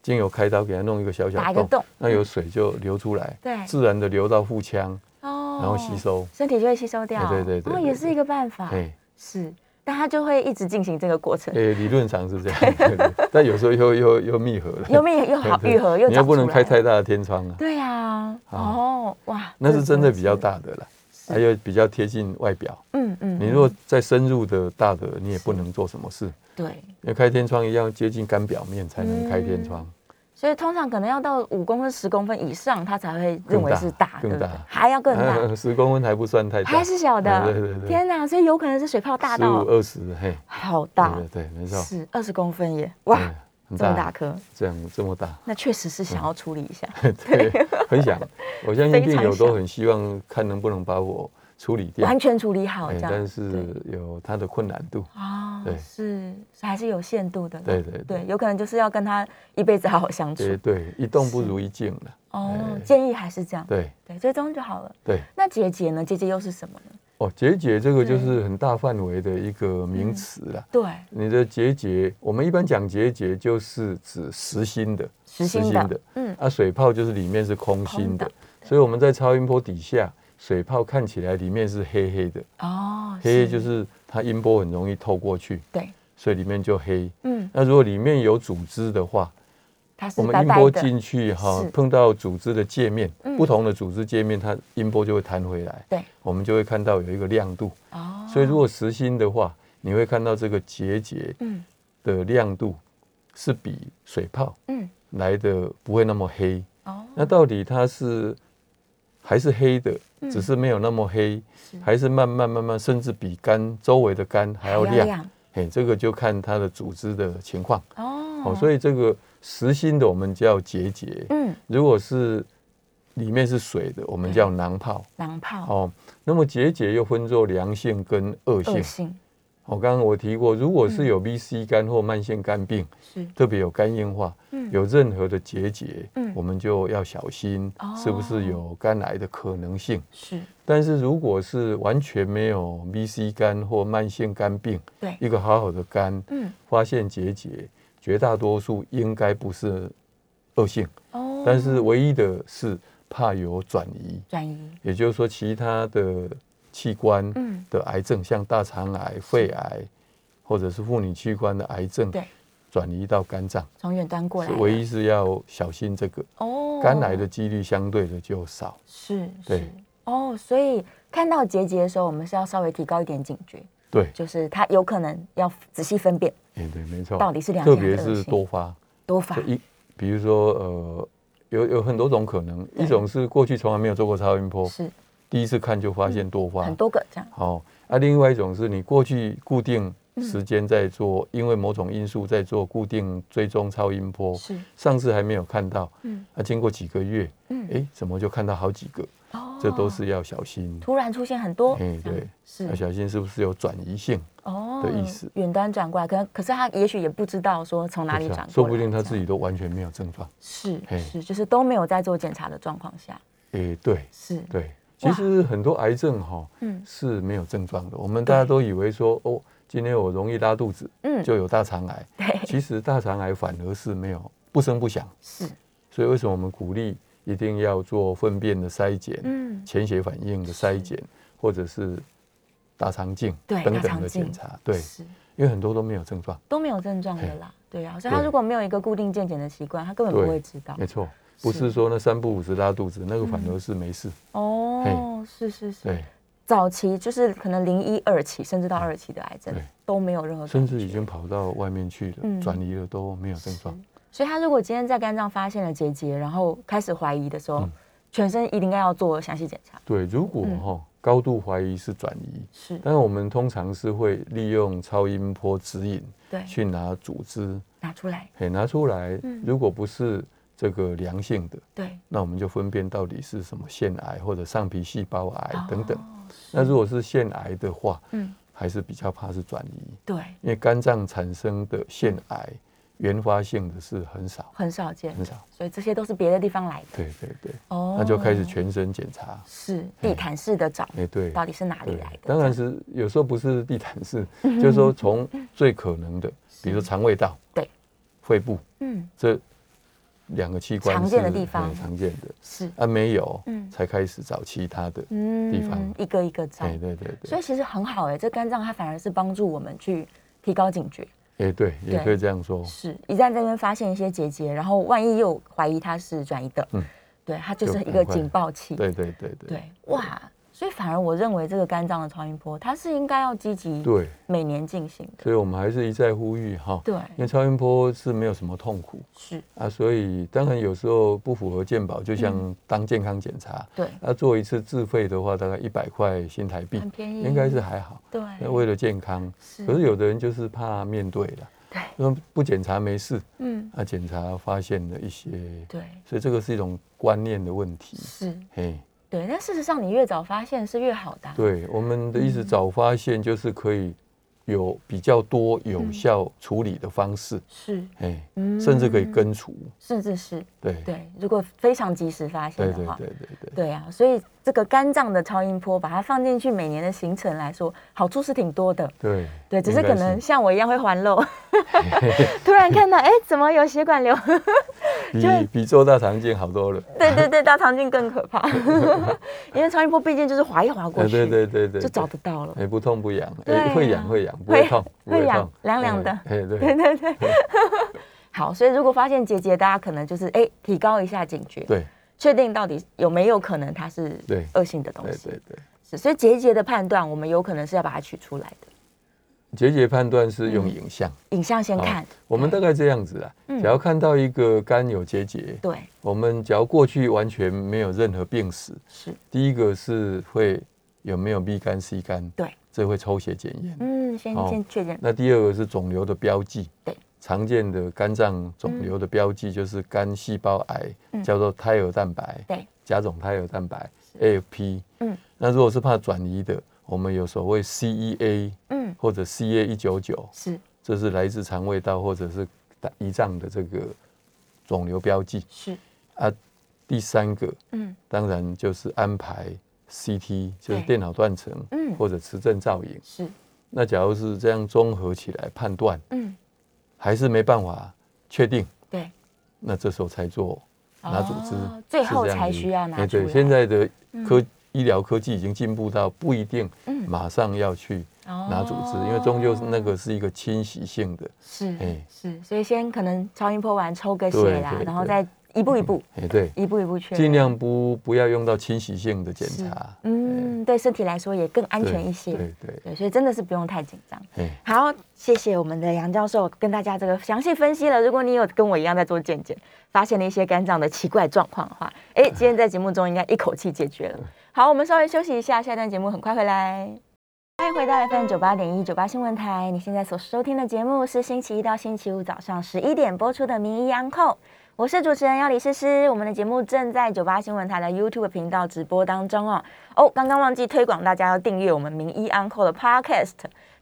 Speaker 3: 经由开刀给它弄一个小小
Speaker 2: 打
Speaker 3: 的
Speaker 2: 一个
Speaker 3: 洞，
Speaker 2: 洞
Speaker 3: 那有水就流出来，
Speaker 2: 对
Speaker 3: 自然的流到腹腔，
Speaker 2: 哦，哦
Speaker 3: 然后吸，收，
Speaker 2: 身体就会吸收掉，
Speaker 3: 哎对对对
Speaker 2: 哦，
Speaker 3: 对
Speaker 2: 也是一个办法，
Speaker 3: 哎，
Speaker 2: 是，但它就会一直进行这个过程，
Speaker 3: 诶，理论上是这样， 对对但有时候又又又密合了，
Speaker 2: 又密又好
Speaker 3: 对对
Speaker 2: 愈合，又
Speaker 3: 你又
Speaker 2: 长
Speaker 3: 不能
Speaker 2: 出来
Speaker 3: 开太大的天窗啊，
Speaker 2: 对呀，
Speaker 3: 啊
Speaker 2: 哦，哇，
Speaker 3: 那
Speaker 2: 这
Speaker 3: 是真的比较
Speaker 2: 是，
Speaker 3: 大的啦，还有比较贴近外表。
Speaker 2: 嗯嗯，
Speaker 3: 你如果再深入的大的，你也不能做什么事，
Speaker 2: 对，
Speaker 3: 因为开天窗一样接近干表面才能开天窗。
Speaker 2: 嗯所以通常可能要到五公分、十公分以上，它才会认为是大，对
Speaker 3: 更大
Speaker 2: 不对
Speaker 3: 更大
Speaker 2: 还要更大，
Speaker 3: 十公分还不算太大，哎
Speaker 2: 还是小的，
Speaker 3: 对对对，
Speaker 2: 天哪！所以有可能是水泡大
Speaker 3: 十
Speaker 2: 到
Speaker 3: 五二十，嘿，
Speaker 2: 好
Speaker 3: 对
Speaker 2: 大，
Speaker 3: 对对，没错，
Speaker 2: 是二十公分耶，哇，
Speaker 3: 对，很
Speaker 2: 这么
Speaker 3: 大嗯
Speaker 2: 大，颗，
Speaker 3: 这样这么大，
Speaker 2: 那确实是想要处理一下，
Speaker 3: 对，很想，我相
Speaker 2: 非
Speaker 3: 信
Speaker 2: 常
Speaker 3: 病友
Speaker 2: 想
Speaker 3: 都很希望看能不能把我处理掉
Speaker 2: 完，全处理好
Speaker 3: 哎
Speaker 2: 这样，
Speaker 3: 但
Speaker 2: 对
Speaker 3: 是有它的困难度，
Speaker 2: 啊
Speaker 3: 对，
Speaker 2: 是是还是有限度的啦，
Speaker 3: 对对对
Speaker 2: 对，有可能就是要跟他一辈子好好相处
Speaker 3: 对，对，一动不如一静了，
Speaker 2: 哦
Speaker 3: 哎，
Speaker 2: 建议还是这样，
Speaker 3: 对
Speaker 2: 对，追踪就好了。
Speaker 3: 对。
Speaker 2: 那结节呢？结节又是什么呢？
Speaker 3: 哦，结节这个就
Speaker 2: 对嗯
Speaker 3: 是很大范围的一个名词啦。
Speaker 2: 对，
Speaker 3: 你的结节，我们一般讲结节就是指实心的，
Speaker 2: 实心的，嗯，
Speaker 3: 啊，水泡就是里面是空
Speaker 2: 空
Speaker 3: 心
Speaker 2: 的
Speaker 3: 的，所以我们在超音波底下，水泡看起来里面是黑黑的，
Speaker 2: 哦，
Speaker 3: 黑黑就是它音波很容易透过去，
Speaker 2: 对，
Speaker 3: 所以里面就黑。
Speaker 2: 嗯，
Speaker 3: 那如果里面有组织的话，
Speaker 2: 它是
Speaker 3: 我们
Speaker 2: 白
Speaker 3: 音
Speaker 2: 白
Speaker 3: 波
Speaker 2: 的，
Speaker 3: 进去哈
Speaker 2: 是，
Speaker 3: 碰到组织的界面
Speaker 2: 嗯，
Speaker 3: 不同的组织界面，它音波就会弹回来，
Speaker 2: 对，
Speaker 3: 我们就会看到有一个亮度。
Speaker 2: 哦，
Speaker 3: 所以如果实心的话，你会看到这个结节
Speaker 2: 嗯
Speaker 3: 的亮度是比水泡
Speaker 2: 嗯，
Speaker 3: 来的不会那么黑。
Speaker 2: 哦，
Speaker 3: 那到底它是还是黑的，
Speaker 2: 嗯
Speaker 3: 只是没有那么黑，还是慢慢慢慢，甚至比肝周围的肝还要亮？嘿，这个就看它的组织的情况。
Speaker 2: 哦，
Speaker 3: 哦，所
Speaker 2: 以
Speaker 3: 以这个实心的我们叫结节，
Speaker 2: 嗯，
Speaker 3: 如果是里面是水的，我们叫囊泡。
Speaker 2: 狼泡
Speaker 3: 哦，那么结节又分作良性跟恶
Speaker 2: 恶
Speaker 3: 性。
Speaker 2: 性嗯
Speaker 3: 我刚刚我提过，如果是有 VC 肝或慢性肝病，
Speaker 2: 是
Speaker 3: 特别有肝硬化，
Speaker 2: 嗯
Speaker 3: 有任何的结节，
Speaker 2: 嗯
Speaker 3: 我们就要小心
Speaker 2: 哦，
Speaker 3: 是不是有肝癌的可能性？
Speaker 2: 是，
Speaker 3: 但是如果是完全没有 VC 肝或慢性肝病，
Speaker 2: 对，
Speaker 3: 一个好好的肝
Speaker 2: 嗯
Speaker 3: 发现结节，绝大多数应该不是恶性，
Speaker 2: 哦，
Speaker 3: 但是唯一的是怕有转移，
Speaker 2: 转移
Speaker 3: 也就是说其他的器官，
Speaker 2: 嗯
Speaker 3: 的癌症，像大肠癌、肺癌，或者是妇女器官的癌症，
Speaker 2: 对，
Speaker 3: 转移到肝脏，
Speaker 2: 从远端过来
Speaker 3: 是
Speaker 2: 的，
Speaker 3: 唯一是要小心这个。
Speaker 2: 哦
Speaker 3: 肝癌的几率相对的就少，
Speaker 2: 是
Speaker 3: 对
Speaker 2: 是哦，所以看到结节的时候，我们是要稍微提高一点警觉，
Speaker 3: 对，
Speaker 2: 就是它有可能要仔细分辨
Speaker 3: 哎对，没错，
Speaker 2: 到底是良性
Speaker 3: 特
Speaker 2: 还是
Speaker 3: 别
Speaker 2: 恶
Speaker 3: 是
Speaker 2: 性啊
Speaker 3: 多发，
Speaker 2: 多发
Speaker 3: 就，一，比如说呃，有有很多种可能，一种是过去从来没有做过超音波，
Speaker 2: 是
Speaker 3: 第一次看就发现多发
Speaker 2: 嗯很，多个这样，
Speaker 3: 好、啊，另外一种是你过去固定时间在做，
Speaker 2: 嗯
Speaker 3: 因为某种因素在做固定追踪超音波，
Speaker 2: 是
Speaker 3: 上次还没有看到，
Speaker 2: 嗯
Speaker 3: 啊，经过几个月，
Speaker 2: 嗯
Speaker 3: 哎，怎么就看到好几个？
Speaker 2: 哦
Speaker 3: 这都是要小心，
Speaker 2: 突然出现很多，
Speaker 3: 哎
Speaker 2: 这样
Speaker 3: 对
Speaker 2: 是
Speaker 3: 要小心是不是有转移性？
Speaker 2: 哦
Speaker 3: 的意思
Speaker 2: 远端转过来，可能可是他也许也不知道说从哪里
Speaker 3: 就是
Speaker 2: 转
Speaker 3: 啊
Speaker 2: 过来，
Speaker 3: 说不定他自
Speaker 2: 己
Speaker 3: 己都完全没有症状。
Speaker 2: 是
Speaker 3: 嘿
Speaker 2: 是就是都没有在做检查的状况下，
Speaker 3: 哎，对
Speaker 2: 是
Speaker 3: 对，其实很多癌症哈
Speaker 2: 嗯
Speaker 3: 是没有症状的，我们大家
Speaker 2: 对
Speaker 3: 都以为说哦，今天我容易拉肚子
Speaker 2: 嗯
Speaker 3: 就有大肠癌，
Speaker 2: 对
Speaker 3: 其实大肠癌反而是没有不声不响，
Speaker 2: 是
Speaker 3: 所以为什么我们鼓励一定要做粪便的筛检、
Speaker 2: 嗯
Speaker 3: 潜血反应的筛检，或者是大肠镜
Speaker 2: 对
Speaker 3: 等
Speaker 2: 大肠
Speaker 3: 等的检
Speaker 2: 镜
Speaker 3: 查？对，
Speaker 2: 是
Speaker 3: 因为很多都没有症状，
Speaker 2: 都没有症状的啦，对啊，所以他
Speaker 3: 对
Speaker 2: 如果没有一个固定健检的习惯，他根本不
Speaker 3: 对
Speaker 2: 会知道
Speaker 3: 没错，不
Speaker 2: 哦是嗯
Speaker 3: 是说那三不五时拉肚子，那个反而是没事。
Speaker 2: 哦，是是是，
Speaker 3: 对，
Speaker 2: 早期就是可能零一二期甚至到二期的癌症
Speaker 3: 对
Speaker 2: 都没有任何
Speaker 3: 甚
Speaker 2: 感
Speaker 3: 至已
Speaker 2: 觉。
Speaker 3: 经跑到外面去
Speaker 2: 嗯
Speaker 3: 了，转移了都没有症状。
Speaker 2: 所以他如果今天在肝脏发现了结节，然后开始怀疑的时
Speaker 3: 嗯
Speaker 2: 候，全身一定要做详细检查。
Speaker 3: 对，如果
Speaker 2: 嗯
Speaker 3: 哈高度怀疑是转移，
Speaker 2: 是，
Speaker 3: 但是我们通常是会利用超音波指引
Speaker 2: 对，
Speaker 3: 去拿组织，
Speaker 2: 拿出来，
Speaker 3: 嘿，拿出来
Speaker 2: 嗯，
Speaker 3: 如果不是这个良性的。
Speaker 2: 对，
Speaker 3: 那我们就分辨到底是什么腺癌或者上皮细胞癌等等。
Speaker 2: 哦
Speaker 3: 那如果是腺癌的话，
Speaker 2: 嗯，
Speaker 3: 还是比较怕是转移，
Speaker 2: 对，
Speaker 3: 因为肝脏产生的腺癌原发性的是很少
Speaker 2: 很少见
Speaker 3: 很，少。
Speaker 2: 所以这些都是别的地方来的。
Speaker 3: 对对对，
Speaker 2: 哦
Speaker 3: 那就开始全身检查。
Speaker 2: 是
Speaker 3: 嘿
Speaker 2: 地毯式的找，
Speaker 3: 哎，对，
Speaker 2: 到底是哪里
Speaker 3: 对
Speaker 2: 来的？
Speaker 3: 当然是有时候不是地毯 式，就是说从最可能的，比如说肠胃道、
Speaker 2: 对，
Speaker 3: 肺部
Speaker 2: 嗯，
Speaker 3: 这两个器官
Speaker 2: 常见的地方
Speaker 3: 很常见的
Speaker 2: 是，
Speaker 3: 啊，没有，
Speaker 2: 嗯
Speaker 3: 才开始找其他的，
Speaker 2: 嗯
Speaker 3: 地方
Speaker 2: 一个一个找
Speaker 3: 哎、，对对对，
Speaker 2: 所以其实很好哎、这肝脏它反而是帮助我们去提高警觉，
Speaker 3: 哎、对，也
Speaker 2: 对
Speaker 3: 可以这样说，
Speaker 2: 是一旦在这边发现一些结节，然后万一又怀疑它是转移的，
Speaker 3: 嗯
Speaker 2: 对，它就是
Speaker 3: 就
Speaker 2: 一
Speaker 3: 赶
Speaker 2: 个
Speaker 3: 快
Speaker 2: 警报器，
Speaker 3: 对对对对
Speaker 2: 对，哇，所以反而我认为这个肝脏的超音波，它是应该要积极
Speaker 3: 对，
Speaker 2: 每年进行的，
Speaker 3: 所以我们还是一嗯再呼吁哈，
Speaker 2: 对，
Speaker 3: 因为超音波是没有什么痛苦
Speaker 2: 是，
Speaker 3: 啊，所以当然有时候不符合健保，就
Speaker 2: 嗯
Speaker 3: 像当健康检查，
Speaker 2: 对，
Speaker 3: 那、做一次自费的话，大概一百块新台币
Speaker 2: 很，便宜，
Speaker 3: 应该是还好。
Speaker 2: 对，
Speaker 3: 那为了健康，
Speaker 2: 是
Speaker 3: 可是有的人就是怕面对了，
Speaker 2: 对，
Speaker 3: 说不检查没事，
Speaker 2: 嗯，
Speaker 3: 啊，检查发现了一些，
Speaker 2: 对，
Speaker 3: 所以这个是一种观念的问题。
Speaker 2: 是，
Speaker 3: 嘿，
Speaker 2: 对，但事实上你越早发现是越好的啊、
Speaker 3: 对，我们的意
Speaker 2: 嗯
Speaker 3: 思早发现就是可以有比较多有效处理的方式，
Speaker 2: 是，
Speaker 3: 嘿，
Speaker 2: 嗯
Speaker 3: 甚至可以，根除。
Speaker 2: 甚至是
Speaker 3: 对，
Speaker 2: 对，如果非常及时发现
Speaker 3: 对
Speaker 2: 的
Speaker 3: 对
Speaker 2: 话，
Speaker 3: 对对对。
Speaker 2: 对啊，所以这个肝脏的超音波把它放进去每年的行程来说，好处是挺多的。
Speaker 3: 对
Speaker 2: 对，只是可
Speaker 3: 应该
Speaker 2: 能像我一样会环漏， 突然看到哎、怎么有血管瘤？
Speaker 3: 比比做大肠镜好多了。
Speaker 2: 对对对，大肠镜更可怕， 因为超音波毕竟就是划一划过
Speaker 3: 哎
Speaker 2: 去，
Speaker 3: 对对对对，
Speaker 2: 就找
Speaker 3: 对
Speaker 2: 得到了。
Speaker 3: 哎，不痛不痒，
Speaker 2: 对
Speaker 3: 哎，
Speaker 2: 啊
Speaker 3: 会痒会痒，不
Speaker 2: 会
Speaker 3: 会痛，不
Speaker 2: 会痒
Speaker 3: 痛
Speaker 2: 凉凉的
Speaker 3: 哎，哎
Speaker 2: 对
Speaker 3: 对
Speaker 2: 对对，好，所以如果发现结节，大家可能就是哎、提高一下警觉，
Speaker 3: 对
Speaker 2: 确定到底有没有可能它是
Speaker 3: 对
Speaker 2: 恶性的东
Speaker 3: 对
Speaker 2: 西。
Speaker 3: 对对。
Speaker 2: 是，所以结节的判断，我们有可能是要把它取出来的，
Speaker 3: 结节判断是用影像，
Speaker 2: 影像先
Speaker 3: 好
Speaker 2: 看。
Speaker 3: 我们大概这样子啊，
Speaker 2: 嗯
Speaker 3: 只要看到一个肝有结节，
Speaker 2: 对，
Speaker 3: 我们只要过去完全没有任何病史，
Speaker 2: 是，
Speaker 3: 第一个是会有没有 B 肝 C 肝，
Speaker 2: 对，
Speaker 3: 这会抽血检验。
Speaker 2: 嗯，先
Speaker 3: 好
Speaker 2: 先确认，
Speaker 3: 那第二个是肿瘤的标记，
Speaker 2: 对，
Speaker 3: 常见的肝脏肿瘤的标记就是肝细胞癌，
Speaker 2: 嗯
Speaker 3: 叫做胎儿蛋白，
Speaker 2: 对，
Speaker 3: 甲种胎儿蛋白 AFP。
Speaker 2: 嗯
Speaker 3: 那如果是怕转移的，我们有所谓 CEA
Speaker 2: 嗯，
Speaker 3: 或者 CA 一九九，
Speaker 2: 是
Speaker 3: 这是来自肠胃道或者是胰脏的这个肿瘤标记
Speaker 2: 是，
Speaker 3: 啊。第三个
Speaker 2: 嗯
Speaker 3: 当然就是安排 CT，就是
Speaker 2: 对
Speaker 3: 电脑断层
Speaker 2: 嗯，
Speaker 3: 或者磁振造影。
Speaker 2: 是，
Speaker 3: 那假如是这样综合起来判断，
Speaker 2: 嗯，
Speaker 3: 还是没办法确定，
Speaker 2: 对，
Speaker 3: 那这时候才做拿组织
Speaker 2: 哦，最
Speaker 3: 是
Speaker 2: 后
Speaker 3: 这样
Speaker 2: 才
Speaker 3: 的
Speaker 2: 需要拿
Speaker 3: 哎
Speaker 2: 出
Speaker 3: 对，
Speaker 2: 来
Speaker 3: 现在的科、
Speaker 2: 嗯
Speaker 3: 医疗科技已经进步到不一定
Speaker 2: 嗯哦
Speaker 3: 马上要去拿
Speaker 2: 拿
Speaker 3: 组织，因为终究是那个是一个侵袭性的。
Speaker 2: 是
Speaker 3: 哎
Speaker 2: 是，所以先可能超音波完抽个血
Speaker 3: 对
Speaker 2: 啦，
Speaker 3: 对
Speaker 2: 然后
Speaker 3: 对
Speaker 2: 再一步一步
Speaker 3: 哎，对，
Speaker 2: 一步一步确认，
Speaker 3: 尽量不不要用到侵袭性的检查，哎
Speaker 2: 嗯，对身体来说也更安
Speaker 3: 对
Speaker 2: 全一些。
Speaker 3: 对对，
Speaker 2: 对，所以真的是不用太紧张。
Speaker 3: 哎，
Speaker 2: 好，谢谢我们的杨教授跟大家这个详细分析了。如果你有跟我一样在做健检，发现了一些肝脏的奇怪状况的话，哎，今天在节目中应该一口气解决了。好，我们稍微休息一下，下段节目很快回来。欢迎回到 FM 九八点一九八新闻台，你现在所收听的节目是星期一到星期五早上十一点播出的《名医央叩》，我是主持人要李诗诗。我们的节目正在九八新闻台的 YouTube 频道直播当中哦。哦，刚刚忘记推广大家要订阅我们《名医央叩》的 Podcast。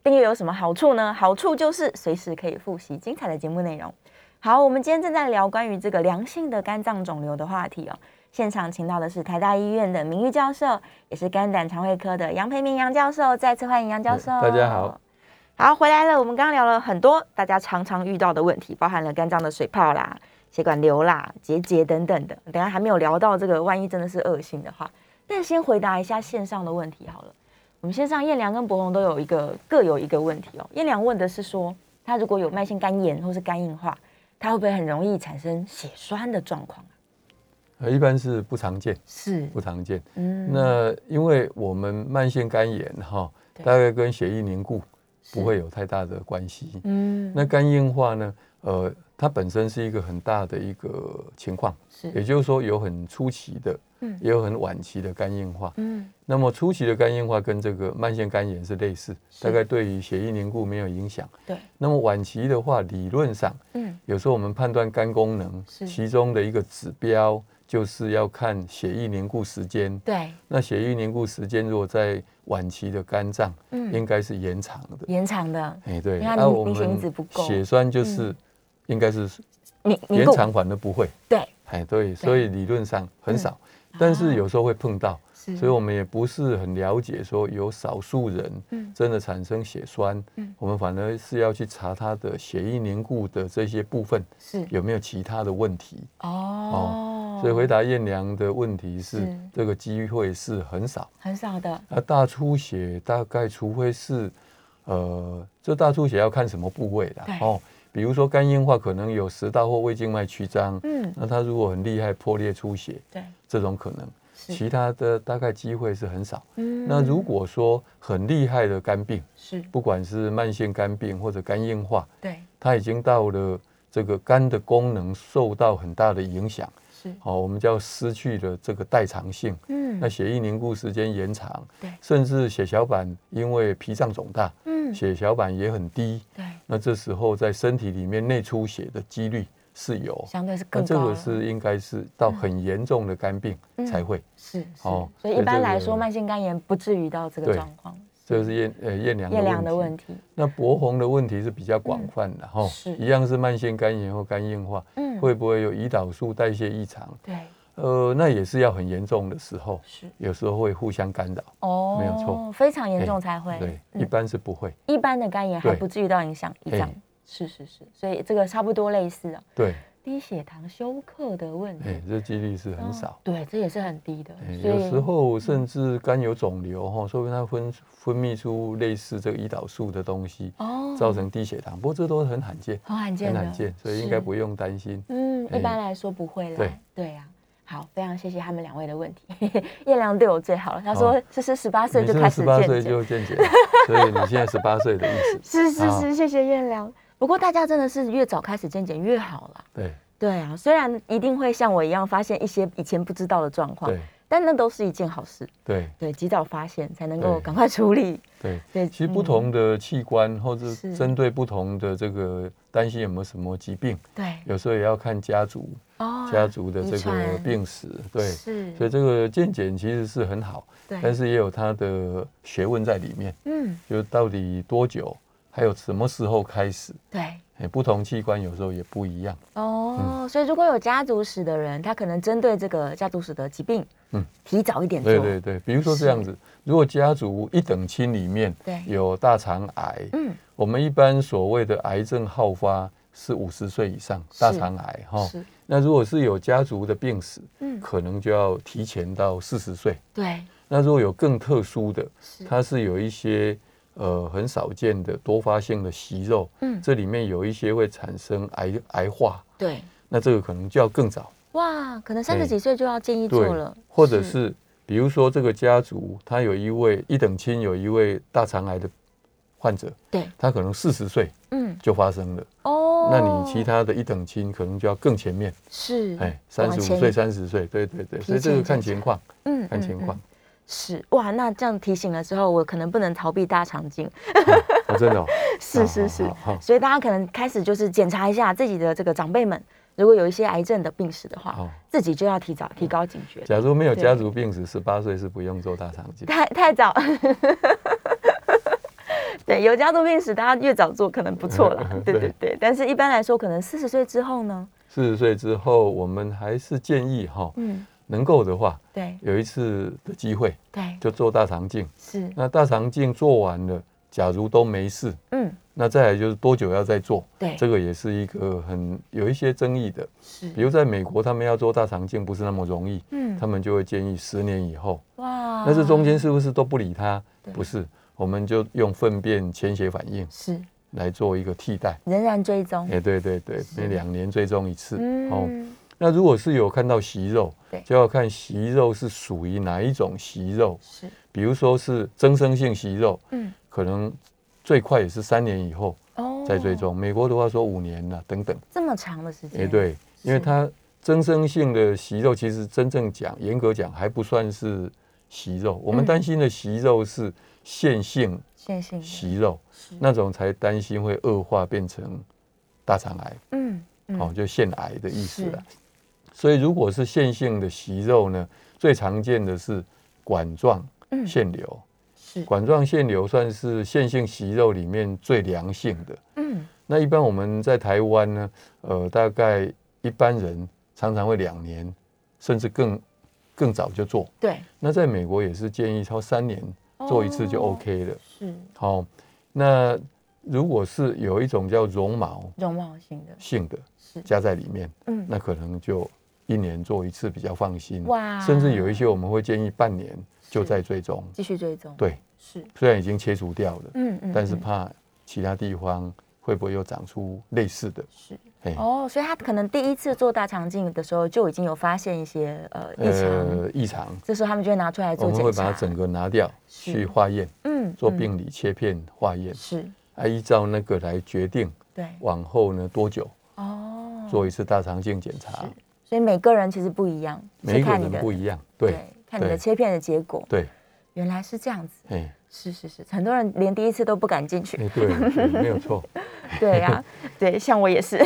Speaker 2: 订阅有什么好处呢？好处就是随时可以复习精彩的节目内容。好，我们今天正在聊关于这个良性的肝脏肿瘤的话题哦。现场请到的是台大医院的名誉教授，也是肝胆肠胃科的杨培明杨教授，再次欢迎杨教授。
Speaker 3: 嗯大家好。
Speaker 2: 好，回来了。我们刚刚聊了很多大家常常遇到的问题，包含了肝脏的水泡啦、血管瘤啦、结节等等的。等一下还没有聊到这个，万一真的是恶性的话，但先回答一下线上的问题好了。我们线上燕良跟博宏都有一个各有一个问题哦。燕良问的是说，他如果有慢性肝炎或是肝硬化，他会不会很容易产生血栓的状况啊？
Speaker 3: 呃一般是不常见，
Speaker 2: 是，
Speaker 3: 不常见。
Speaker 2: 嗯，
Speaker 3: 那因为我们慢性肝炎哈，
Speaker 2: 对
Speaker 3: 大概跟血液凝固
Speaker 2: 是
Speaker 3: 不会，有太大的关系。
Speaker 2: 嗯，
Speaker 3: 那肝硬化呢？呃，它本身是一个很大的一个情况，也
Speaker 2: 是，
Speaker 3: 就是说有很初期的，
Speaker 2: 嗯
Speaker 3: 也有很晚期的肝硬化。
Speaker 2: 嗯，
Speaker 3: 那么初期的肝硬化跟这个慢性肝炎是类似，
Speaker 2: 是
Speaker 3: 大概对于血液凝固没有影响。
Speaker 2: 对，
Speaker 3: 那么晚期的话，理论上
Speaker 2: 嗯，
Speaker 3: 有时候我们判断肝功能，
Speaker 2: 是
Speaker 3: 其中的一个指标就是要看血液凝固时间。
Speaker 2: 对，
Speaker 3: 那血液凝固时间如果在晚期的肝脏，
Speaker 2: 嗯，
Speaker 3: 应该是延长的。
Speaker 2: 延长的
Speaker 3: 哎，对，
Speaker 2: 因为它
Speaker 3: 那
Speaker 2: 凝
Speaker 3: 我
Speaker 2: 凝血因
Speaker 3: 们
Speaker 2: 子不够嗯
Speaker 3: 血栓就是应该是
Speaker 2: 凝凝
Speaker 3: 延
Speaker 2: 固，
Speaker 3: 长反而不会。
Speaker 2: 对，啊
Speaker 3: 哎，对，所以理论上很少。但是有时候会碰到，
Speaker 2: 是
Speaker 3: 所以我们也不是很了解说有少数
Speaker 2: 嗯
Speaker 3: 人真的产生血栓，我们反而是要去查他的血液凝固的这些部分
Speaker 2: 是
Speaker 3: 有没有其他的问题。
Speaker 2: 哦，
Speaker 3: 所以回答燕良的问题是
Speaker 2: 是，
Speaker 3: 这个机会是很少。
Speaker 2: 很少的，
Speaker 3: 那啊大出血大概除非是，呃，这大出血要看什么部位啦
Speaker 2: 对。
Speaker 3: 哦，比如说肝硬化可能有食道或胃静脉曲张，
Speaker 2: 嗯，
Speaker 3: 那他如果很厉害破裂出血，
Speaker 2: 对，
Speaker 3: 这种可能，
Speaker 2: 是
Speaker 3: 其他的大概机会是很少。
Speaker 2: 嗯
Speaker 3: 那如果说很厉害的肝病，
Speaker 2: 是
Speaker 3: 不管是慢性肝病或者肝硬化，
Speaker 2: 对
Speaker 3: 它已经到了这个肝的功能受到很大的影响，
Speaker 2: 是，
Speaker 3: 哦，我们叫失去了这个代偿性。
Speaker 2: 嗯
Speaker 3: 那血液凝固时间延长，
Speaker 2: 对
Speaker 3: 甚至血小板因为脾脏肿大，
Speaker 2: 嗯
Speaker 3: 血小板也很低，
Speaker 2: 对，
Speaker 3: 那这时候在身体里面内出血的几率是有，
Speaker 2: 相对是
Speaker 3: 那
Speaker 2: 更
Speaker 3: 这
Speaker 2: 高
Speaker 3: 个
Speaker 2: 了，嗯
Speaker 3: 是应该是到很严重的肝病才会。
Speaker 2: 是是
Speaker 3: 哦
Speaker 2: 所以一
Speaker 3: 所以
Speaker 2: 般
Speaker 3: 这
Speaker 2: 来
Speaker 3: 个
Speaker 2: 说，慢性肝炎不至于到这个
Speaker 3: 对
Speaker 2: 状况，
Speaker 3: 这个是燕呃燕良
Speaker 2: 夜嗯量的
Speaker 3: 的
Speaker 2: 问
Speaker 3: 问题，
Speaker 2: 题，
Speaker 3: 那博红的问题是比较广泛的哈
Speaker 2: 是，
Speaker 3: 一样是慢性肝炎或肝硬化，
Speaker 2: 嗯，
Speaker 3: 会不会有胰岛素代谢异常？
Speaker 2: 对
Speaker 3: 呃，那也是要很严重的时候，
Speaker 2: 是
Speaker 3: 有时候会互相干扰，
Speaker 2: 哦，
Speaker 3: 没有错，
Speaker 2: 非常严
Speaker 3: 哎
Speaker 2: 重才会，
Speaker 3: 对，
Speaker 2: 嗯
Speaker 3: 一般是不会，
Speaker 2: 一般的肝炎还
Speaker 3: 对哎
Speaker 2: 不至于到影响胰
Speaker 3: 嘿
Speaker 2: 脏，是是是，所以这个差不多类似啊，
Speaker 3: 对，
Speaker 2: 低血糖休克的问题
Speaker 3: 哎，，这几率是
Speaker 2: 哦
Speaker 3: 很少。
Speaker 2: 对，这也是很低的
Speaker 3: 欸，
Speaker 2: 所以嗯
Speaker 3: 有时候甚至肝有肿瘤哈，说不定它分分泌出类似这个胰岛素的东西，
Speaker 2: 哦，
Speaker 3: 造成低血糖。不过这都很罕见，
Speaker 2: 很罕见
Speaker 3: 很
Speaker 2: 的，
Speaker 3: 罕见，所以应该不用担心。
Speaker 2: 嗯，一
Speaker 3: 哎
Speaker 2: 般来说不会啦。
Speaker 3: 对
Speaker 2: 对呀、好，非常谢谢他们两位的问题。 叶良对我最好了，他说
Speaker 3: 好
Speaker 2: 这是十八岁
Speaker 3: 你
Speaker 2: 就
Speaker 3: 真
Speaker 2: 开
Speaker 3: 的
Speaker 2: 始
Speaker 3: 哦十八
Speaker 2: 健
Speaker 3: 岁
Speaker 2: 检
Speaker 3: 就见血，所以你现在十八岁的意思。
Speaker 2: 是是
Speaker 3: 啊
Speaker 2: 是，谢谢叶良。不过大家真的是越早开始健检越好啦。
Speaker 3: 对
Speaker 2: 对啊，虽然一定会像我一样发现一些以前不知道的状况
Speaker 3: 对，
Speaker 2: 但那都是一件好事。
Speaker 3: 对
Speaker 2: 对，及早发现才能够
Speaker 3: 对
Speaker 2: 赶快处理。
Speaker 3: 对。
Speaker 2: 对，
Speaker 3: 其实不
Speaker 2: 嗯
Speaker 3: 同的器官，或者
Speaker 2: 是
Speaker 3: 针对不同的这个担心有没有什么疾病，
Speaker 2: 对
Speaker 3: 有时候也要看家族
Speaker 2: 哦
Speaker 3: 家族的
Speaker 2: 遗
Speaker 3: 这个
Speaker 2: 传
Speaker 3: 病史。对，
Speaker 2: 是，
Speaker 3: 所以这个健检其实是很好，
Speaker 2: 对，
Speaker 3: 但是也有它的学问在里面。
Speaker 2: 嗯，
Speaker 3: 就到底多久，还有什么时候开始？
Speaker 2: 对。
Speaker 3: 哎，不同器官有时候也不一样。嗯
Speaker 2: 哦，所以如果有家族史的人，他可能针对这个家族史的疾病，嗯
Speaker 3: 嗯，
Speaker 2: 提早一点做，
Speaker 3: 对对对，比如说这样子，如果家族一等亲里面
Speaker 2: 对
Speaker 3: 有大肠癌，
Speaker 2: 嗯，
Speaker 3: 我们一般所谓的癌症好发是五十岁以上
Speaker 2: 是
Speaker 3: 大肠癌哈。
Speaker 2: 是，
Speaker 3: 那如果是有家族的病史，
Speaker 2: 嗯
Speaker 3: 哦可能就要提前到四十岁。
Speaker 2: 对，
Speaker 3: 那如果有更特殊的，
Speaker 2: 是，
Speaker 3: 它是有一些呃很少见的多发性的息肉，
Speaker 2: 嗯
Speaker 3: 这里面有一些会产生癌癌化，
Speaker 2: 对，
Speaker 3: 那这个可能就要更早，
Speaker 2: 哇，可能三十
Speaker 3: 哎
Speaker 2: 几岁就要建议做了，
Speaker 3: 或者是比如说这个家族他有一位一等亲有一位大肠癌的患者，
Speaker 2: 对，
Speaker 3: 他可能四十岁
Speaker 2: 嗯，
Speaker 3: 就发生了，
Speaker 2: 哦，
Speaker 3: 那你其他的一等亲可能就要更前面，
Speaker 2: 是，
Speaker 3: 哎，三十五
Speaker 2: 嗯往前
Speaker 3: 岁、三十岁，对对对，
Speaker 2: 提
Speaker 3: 所以这
Speaker 2: 前
Speaker 3: 个
Speaker 2: 检
Speaker 3: 看
Speaker 2: 查
Speaker 3: 情况，
Speaker 2: 嗯
Speaker 3: 看情况
Speaker 2: 嗯嗯，是，哇，那这样提醒了之后，我可能不能逃避大肠镜，
Speaker 3: 哦，真的哦，
Speaker 2: 是是是
Speaker 3: 好好好，
Speaker 2: 所以大家可能开始就是检查一下自己的这个长辈们，如果有一些癌症的病史的话
Speaker 3: 好，
Speaker 2: 自己就要提早提高警觉，
Speaker 3: 假如没有
Speaker 2: 对
Speaker 3: 家族病史，十八岁是不用做大肠镜。
Speaker 2: 太太早。 对，有家族病史，大家越早做可能不错 啦。对对对，但是一般来说，可能四十岁之后呢，
Speaker 3: 四十岁之后，我们还是建议哈，
Speaker 2: 嗯，
Speaker 3: 能够的话，
Speaker 2: 对
Speaker 3: 有一次的机会
Speaker 2: 对，
Speaker 3: 就做大肠镜。
Speaker 2: 是，
Speaker 3: 那大肠镜做完了，假如都没事，
Speaker 2: 嗯，
Speaker 3: 那再来就是多久要再做？
Speaker 2: 对，
Speaker 3: 这个也是一个很有一些争议的。
Speaker 2: 是
Speaker 3: 比如在美国，他们要做大肠镜不是那么容易，
Speaker 2: 嗯
Speaker 3: 他们就会建议十年以后。
Speaker 2: 哇
Speaker 3: 那这中间是不是都不理它
Speaker 2: 对？
Speaker 3: 不是，我们就用粪便潜血反应
Speaker 2: 是
Speaker 3: 来做一个替代。
Speaker 2: 仍然追踪，
Speaker 3: 哎，对对对，每两年追踪一次。哦，
Speaker 2: 嗯，
Speaker 3: 那如果是有看到息肉
Speaker 2: 对，
Speaker 3: 就要看息肉是属于哪一种息肉，
Speaker 2: 是，
Speaker 3: 比如说是增生性息肉，
Speaker 2: 嗯，
Speaker 3: 可能最快也是三年以后
Speaker 2: 哦
Speaker 3: 再追踪。美国的话说五年了、等等。
Speaker 2: 这么长的时间，
Speaker 3: 哎，，对，因
Speaker 2: 是
Speaker 3: 为它增生性的息肉其实真正讲，严格讲还不算是息肉，我们
Speaker 2: 嗯
Speaker 3: 担心的息肉是线性
Speaker 2: 线性的，
Speaker 3: 息肉，
Speaker 2: 是
Speaker 3: 那种才担心会恶化变成大肠癌。
Speaker 2: 嗯，嗯
Speaker 3: 哦，，就腺癌的意思
Speaker 2: 是
Speaker 3: 了。所以如果是腺性的息肉呢，最常见的是管状
Speaker 2: 嗯
Speaker 3: 腺瘤。
Speaker 2: 是，
Speaker 3: 管状腺瘤算是腺性息肉里面最良性的。
Speaker 2: 嗯，
Speaker 3: 那一般我们在台湾呢，呃，大概一般人常常会两年，甚至更更早就做。
Speaker 2: 对，
Speaker 3: 那在美国也是建议超三年
Speaker 2: 哦
Speaker 3: 做一次就 OK 了。
Speaker 2: 是
Speaker 3: 好、那如果是有一种叫绒毛
Speaker 2: 容貌型的，
Speaker 3: 性的
Speaker 2: 是
Speaker 3: 加在里面，
Speaker 2: 嗯，
Speaker 3: 那可能就一年做一次比较放心。
Speaker 2: 哇
Speaker 3: 嗯甚至有一些我们会建议半年就在追踪。
Speaker 2: 继续追踪，，
Speaker 3: 对，
Speaker 2: 是，
Speaker 3: 虽然已经切除掉了，
Speaker 2: 嗯嗯
Speaker 3: 但是
Speaker 2: 嗯
Speaker 3: 怕其他地方会不会又长出类似的。
Speaker 2: 是
Speaker 3: 哎
Speaker 2: 哦，所以他可能第一次做大肠镜的时候就已经有发现一些呃异常，
Speaker 3: 呃，异常，
Speaker 2: 这时候他们就会拿出来
Speaker 3: 我
Speaker 2: 做
Speaker 3: 们
Speaker 2: 检
Speaker 3: 会把
Speaker 2: 查，
Speaker 3: 它整个拿掉
Speaker 2: 是
Speaker 3: 去化验，
Speaker 2: 嗯
Speaker 3: 做
Speaker 2: 嗯
Speaker 3: 病理切片化验，
Speaker 2: 是，
Speaker 3: 啊，依照那个来决定
Speaker 2: 对，
Speaker 3: 往后呢多久
Speaker 2: 哦，
Speaker 3: 做一次大肠镜检查，
Speaker 2: 所以每个人其实不一样，
Speaker 3: 每一
Speaker 2: 是
Speaker 3: 个
Speaker 2: 看你
Speaker 3: 人
Speaker 2: 的
Speaker 3: 不一样，对
Speaker 2: 看你的
Speaker 3: 对
Speaker 2: 切片的结果，
Speaker 3: 对，
Speaker 2: 原来是这样子，
Speaker 3: 哎
Speaker 2: 是是是，很多人连第一次都不敢进去，
Speaker 3: 哎对，对没有错，
Speaker 2: 对啊，对，像我也是，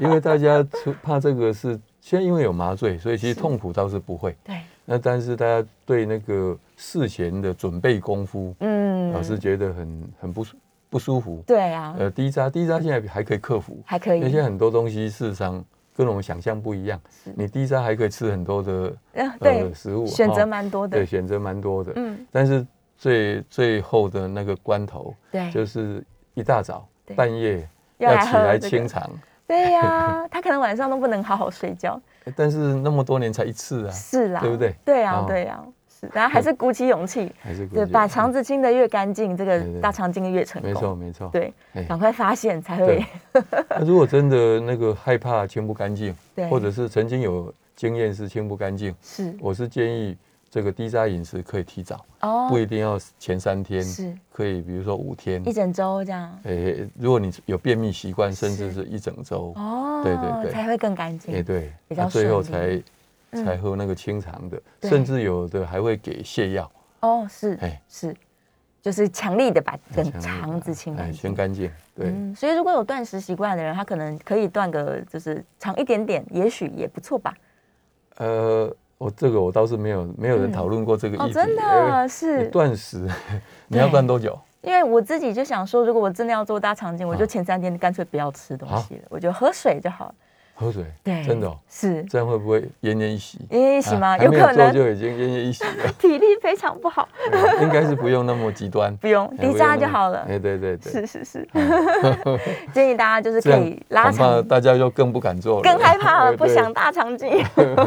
Speaker 3: 因为大家除怕这个是现在因为有麻醉，所以其实痛苦倒是不会，
Speaker 2: 对，
Speaker 3: 那但是大家对那个事前的准备功夫，
Speaker 2: 嗯，
Speaker 3: 老是觉得很很不舒不舒服，
Speaker 2: 对啊，
Speaker 3: 呃，低渣低渣现在还可以克服，
Speaker 2: 还可以
Speaker 3: 那，些很多东西事实上跟我们想象不一样。你低渣还可以吃很多的
Speaker 2: 嗯对
Speaker 3: 呃，食物，
Speaker 2: 选择
Speaker 3: 哈
Speaker 2: 蛮多
Speaker 3: 对
Speaker 2: 的，
Speaker 3: 选择蛮多的。
Speaker 2: 嗯，
Speaker 3: 但是最最后的那个关头，
Speaker 2: 对，
Speaker 3: 就是一大早
Speaker 2: 哎对
Speaker 3: 半夜
Speaker 2: 要
Speaker 3: 要
Speaker 2: 来
Speaker 3: 起
Speaker 2: 喝
Speaker 3: 来
Speaker 2: 这个
Speaker 3: 清肠，
Speaker 2: 对呀、他可能晚上都不能好好睡 觉。
Speaker 3: 但是那么多年才一次啊，
Speaker 2: 是啦，
Speaker 3: 对不对
Speaker 2: 对呀、
Speaker 3: 哦
Speaker 2: 对呀、是，然后还是鼓起勇气，
Speaker 3: 还是
Speaker 2: 对，把肠
Speaker 3: 子
Speaker 2: 子清得越干净，这
Speaker 3: 对
Speaker 2: 个
Speaker 3: 对
Speaker 2: 大肠镜越成功。
Speaker 3: 没错，没错。
Speaker 2: 对，
Speaker 3: 哎
Speaker 2: 赶快发现才会
Speaker 3: 对。 那如果真的那个害怕清不干净
Speaker 2: 对，
Speaker 3: 或者是曾经有经验是清不干净，
Speaker 2: 是
Speaker 3: 我是建议这个低渣饮食可以提早，
Speaker 2: 哦
Speaker 3: 不一嗯定要前三天，
Speaker 2: 是
Speaker 3: 可以比如说五天
Speaker 2: 一。整周这样
Speaker 3: 诶、如果你有便秘习惯，甚至是一整周，
Speaker 2: 哦，
Speaker 3: 对对对
Speaker 2: 才会更干净。
Speaker 3: 诶、对，
Speaker 2: 比较
Speaker 3: 那最后
Speaker 2: 顺利嗯
Speaker 3: 才才喝那个清肠的，
Speaker 2: 对
Speaker 3: 甚至有的还会给泻药，
Speaker 2: 哦，是
Speaker 3: 哎
Speaker 2: 是，就是强力的把整
Speaker 3: 强力
Speaker 2: 肠子清干
Speaker 3: 哎清
Speaker 2: 净。
Speaker 3: 干净，对，
Speaker 2: 嗯，所以如果有断食习惯的人，他可能可以断个就是长一点点，也许也不错吧。
Speaker 3: 呃，我这个我倒是没有没有人
Speaker 2: 嗯
Speaker 3: 讨论过这个议
Speaker 2: 哦，
Speaker 3: 题，
Speaker 2: 真
Speaker 3: 呃
Speaker 2: 的是
Speaker 3: 你断食，你要断多久？
Speaker 2: 因为我自己就想说，如果我真的要做大肠
Speaker 3: 啊
Speaker 2: 镜，我就前三天干脆不要吃东西了，我就喝水就好了。
Speaker 3: 喝水，
Speaker 2: 对，
Speaker 3: 啊真的、哦，
Speaker 2: 是
Speaker 3: 这样会不会奄奄一息？
Speaker 2: 奄奄一息吗？
Speaker 3: 啊还
Speaker 2: 有
Speaker 3: 没有
Speaker 2: 可
Speaker 3: 做
Speaker 2: 能
Speaker 3: 就已经奄奄一息了，
Speaker 2: 体力非常不好，
Speaker 3: 嗯应该是不用那么极端，
Speaker 2: 不用
Speaker 3: 哎
Speaker 2: 低渣就好了。
Speaker 3: 哎、对对对，
Speaker 2: 是是是， 建议大家就是
Speaker 3: 这
Speaker 2: 可
Speaker 3: 样
Speaker 2: 以拉
Speaker 3: 恐怕
Speaker 2: 长，
Speaker 3: 大家就更不敢做了，
Speaker 2: 更害怕了，
Speaker 3: 对
Speaker 2: 不想。大肠 镜。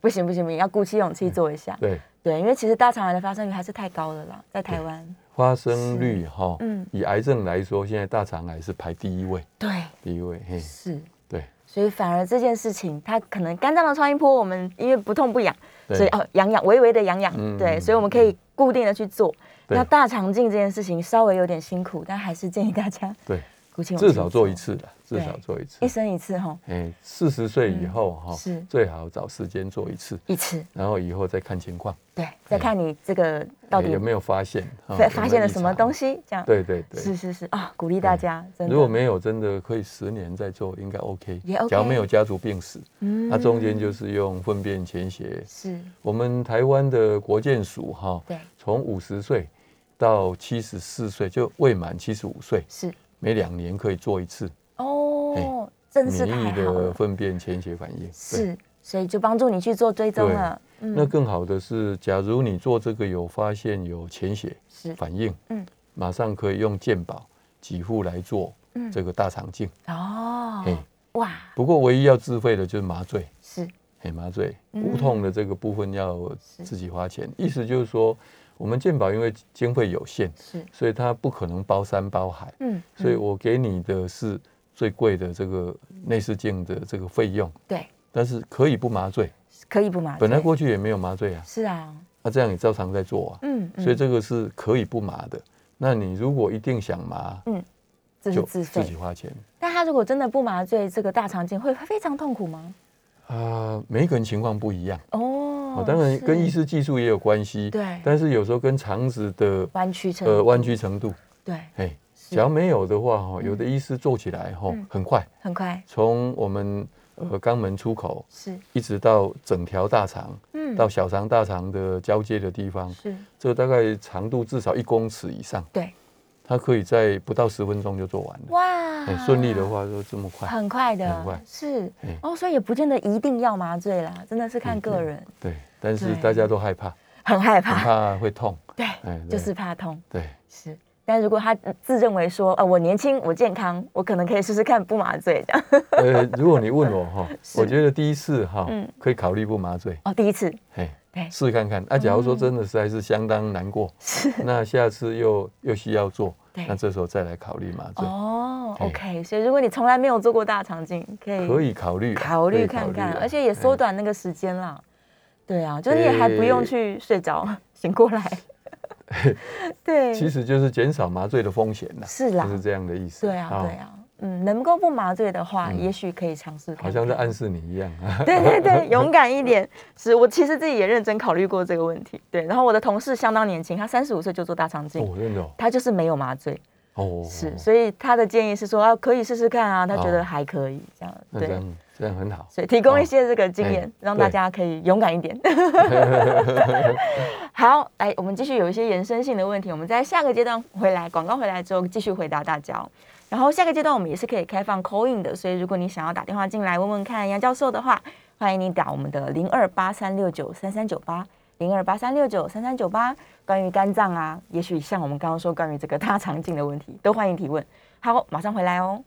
Speaker 2: 不行不行不行，要鼓起勇气做一下。
Speaker 3: 对，对
Speaker 2: 对，因为其实大肠癌的发生率还是太高了啦，在台湾。
Speaker 3: 发生率哈，
Speaker 2: 嗯
Speaker 3: 以癌症来说，现在大肠癌是排第一位，
Speaker 2: 对，
Speaker 3: 第一位，嘿，
Speaker 2: 是。
Speaker 3: 对
Speaker 2: 所以反而这件事情，它可能肝脏的超音波，我们因为不痛不痒，
Speaker 3: 对
Speaker 2: 所以哦痒痒，微微的痒痒，
Speaker 3: 嗯
Speaker 2: 对，
Speaker 3: 嗯
Speaker 2: 所以我们可以固定的去做。
Speaker 3: 对
Speaker 2: 那大肠镜这件事情稍微有点辛苦，但还是建议大家
Speaker 3: 对，
Speaker 2: 鼓起勇气
Speaker 3: 至少做一，次的，至
Speaker 2: 对
Speaker 3: 少做一次
Speaker 2: 一。生一次哈，
Speaker 3: 哎，四十岁以后哈
Speaker 2: 是，
Speaker 3: 最好找时间做一次，
Speaker 2: 一次，
Speaker 3: 然后以后再看情况，
Speaker 2: 对，再看你这个到底
Speaker 3: 哎有没有发现，哈
Speaker 2: 发发现了什么东？
Speaker 3: 有
Speaker 2: 西，这样
Speaker 3: 没有异常对对
Speaker 2: 是
Speaker 3: 对。
Speaker 2: 是是啊，鼓励大家真的
Speaker 3: 如果没有，真的可以十年再做，应该 OK。
Speaker 2: 也 OK
Speaker 3: 只要没有家族病史，
Speaker 2: 嗯
Speaker 3: 它中间就是用粪便潜血
Speaker 2: 是
Speaker 3: 我们台湾的国健署哈，
Speaker 2: 对
Speaker 3: 从五十岁到七十四岁，就未满七十五岁，
Speaker 2: 是
Speaker 3: 每两年可以做一次
Speaker 2: 哦，真是
Speaker 3: 免疫
Speaker 2: 太好
Speaker 3: 的
Speaker 2: 了，
Speaker 3: 粪便潜血反应。对，
Speaker 2: 是，嗯所以就帮助你去做追踪
Speaker 3: 对
Speaker 2: 了，
Speaker 3: 那更好的是，假如你做这个有发现有潜血
Speaker 2: 是
Speaker 3: 反应，
Speaker 2: 嗯，
Speaker 3: 马上可以用健保给付来做
Speaker 2: 嗯
Speaker 3: 这个大肠镜。
Speaker 2: 哦
Speaker 3: 嘿，
Speaker 2: 哇，
Speaker 3: 不过唯一要自费的就是麻醉。
Speaker 2: 是
Speaker 3: 嘿，麻醉
Speaker 2: 嗯
Speaker 3: 无痛的这个部分要自己花钱，意思就是说，我们健保因为经费有限，
Speaker 2: 是，
Speaker 3: 所以它不可能包山包海，
Speaker 2: 嗯，
Speaker 3: 所以我给你的是最贵的这个内视镜的这个费用，
Speaker 2: 对，
Speaker 3: 但是可以不麻醉，
Speaker 2: 可以不麻醉，
Speaker 3: 本来过去也没有麻醉啊，
Speaker 2: 是啊，
Speaker 3: 那、这样也照常在做啊，
Speaker 2: 嗯，
Speaker 3: 所以这个是可以不麻的。那你如果一定想麻，
Speaker 2: 这是
Speaker 3: 就
Speaker 2: 自
Speaker 3: 自己
Speaker 2: 费。
Speaker 3: 花钱
Speaker 2: 但他如果真的不麻醉，这个大肠镜会非常痛苦吗？
Speaker 3: 啊、每一个人情况不一样，
Speaker 2: 哦
Speaker 3: 哦，当然跟医
Speaker 2: 是
Speaker 3: 师技术也有关系，
Speaker 2: 对
Speaker 3: 但是有时候跟肠子的
Speaker 2: 弯曲成
Speaker 3: 呃弯曲程度，
Speaker 2: 对，
Speaker 3: 哎，只要没有的话哈，有的医师做起来哈
Speaker 2: 嗯
Speaker 3: 很快，
Speaker 2: 很快
Speaker 3: 从我们呃肛门出口
Speaker 2: 是，
Speaker 3: 一直到整条大肠，
Speaker 2: 嗯
Speaker 3: 到小肠大肠的交接的地方，
Speaker 2: 是，
Speaker 3: 这大概长度至少一公尺以上，
Speaker 2: 对，
Speaker 3: 它可以在不到十分钟就做完了。
Speaker 2: 哇
Speaker 3: 很顺利的话就这么快，
Speaker 2: 很快的，
Speaker 3: 很快
Speaker 2: 是
Speaker 3: 嗯
Speaker 2: 哦，所以也不见得一定要麻醉啦，真的是看个人，
Speaker 3: 对。但是
Speaker 2: 对
Speaker 3: 大家都 害怕，
Speaker 2: 很害
Speaker 3: 很
Speaker 2: 怕，
Speaker 3: 怕会痛，
Speaker 2: 对，
Speaker 3: 哎，对
Speaker 2: 就是怕痛，
Speaker 3: 对
Speaker 2: 是。但如果他自认为说，呃，我年轻，我健康，我可能可以试试看不麻醉这样。
Speaker 3: 呃，如果你问我哈，
Speaker 2: 是
Speaker 3: 我觉得第一次哈
Speaker 2: 嗯
Speaker 3: 可以考虑不麻醉，
Speaker 2: 哦，第一次，
Speaker 3: 嘿，
Speaker 2: 对，
Speaker 3: 试看看。啊，假如
Speaker 2: 嗯
Speaker 3: 说真的实在是相当难过，
Speaker 2: 是
Speaker 3: 那下次又又需要做，
Speaker 2: 对
Speaker 3: 那这时候再来考虑麻醉，
Speaker 2: 哦
Speaker 3: 哎
Speaker 2: ，OK。所以如果你从来没有做过大肠镜，可以
Speaker 3: 可以考虑啊
Speaker 2: 考
Speaker 3: 可
Speaker 2: 虑
Speaker 3: 以
Speaker 2: 看看，
Speaker 3: 啊
Speaker 2: 而且也缩
Speaker 3: 哎
Speaker 2: 短那个时间啦。对啊，就是你也还不用
Speaker 3: 诶
Speaker 2: 去睡着，醒过来。 对，
Speaker 3: 哎其实就是减少麻醉的风险啦，
Speaker 2: 是啦
Speaker 3: 就是这样的意思。
Speaker 2: 对啊，
Speaker 3: 哦
Speaker 2: 对，啊，嗯，能够不麻醉的话，
Speaker 3: 嗯
Speaker 2: 也许可以尝试看看。
Speaker 3: 好像在暗示你一样 啊。
Speaker 2: 对对对，勇敢一点。是我其实自己也认真考虑过这个问题。对，然后我的同事相当年轻，他三十五岁就做大肠镜，
Speaker 3: 哦，真的哦
Speaker 2: 他就是没有麻醉，
Speaker 3: 哦，
Speaker 2: 是，
Speaker 3: 以
Speaker 2: 所以他的建议是说啊，可以试试看啊，他觉得
Speaker 3: 哦
Speaker 2: 还可以这样。
Speaker 3: 那这
Speaker 2: 对，
Speaker 3: 样这样很好。
Speaker 2: 所以提供一些这个经
Speaker 3: 哦
Speaker 2: 验
Speaker 3: 哎，
Speaker 2: 让大
Speaker 3: 对
Speaker 2: 家可以勇敢一 点。好，来，我们继续有一些延伸性的问题，我们在下个阶段回来，广告回来之后继续回答大家哦。然后下个阶段我们也是可以开放 call in 的，所以如果你想要打电话进来问问看杨教授的话，欢迎你打我们的零二八三六九三三九八零二八三六九三三九八。关于肝脏啊，也许像我们刚刚说关于这个大肠镜的问题，都欢迎提问。好，马上回来哦。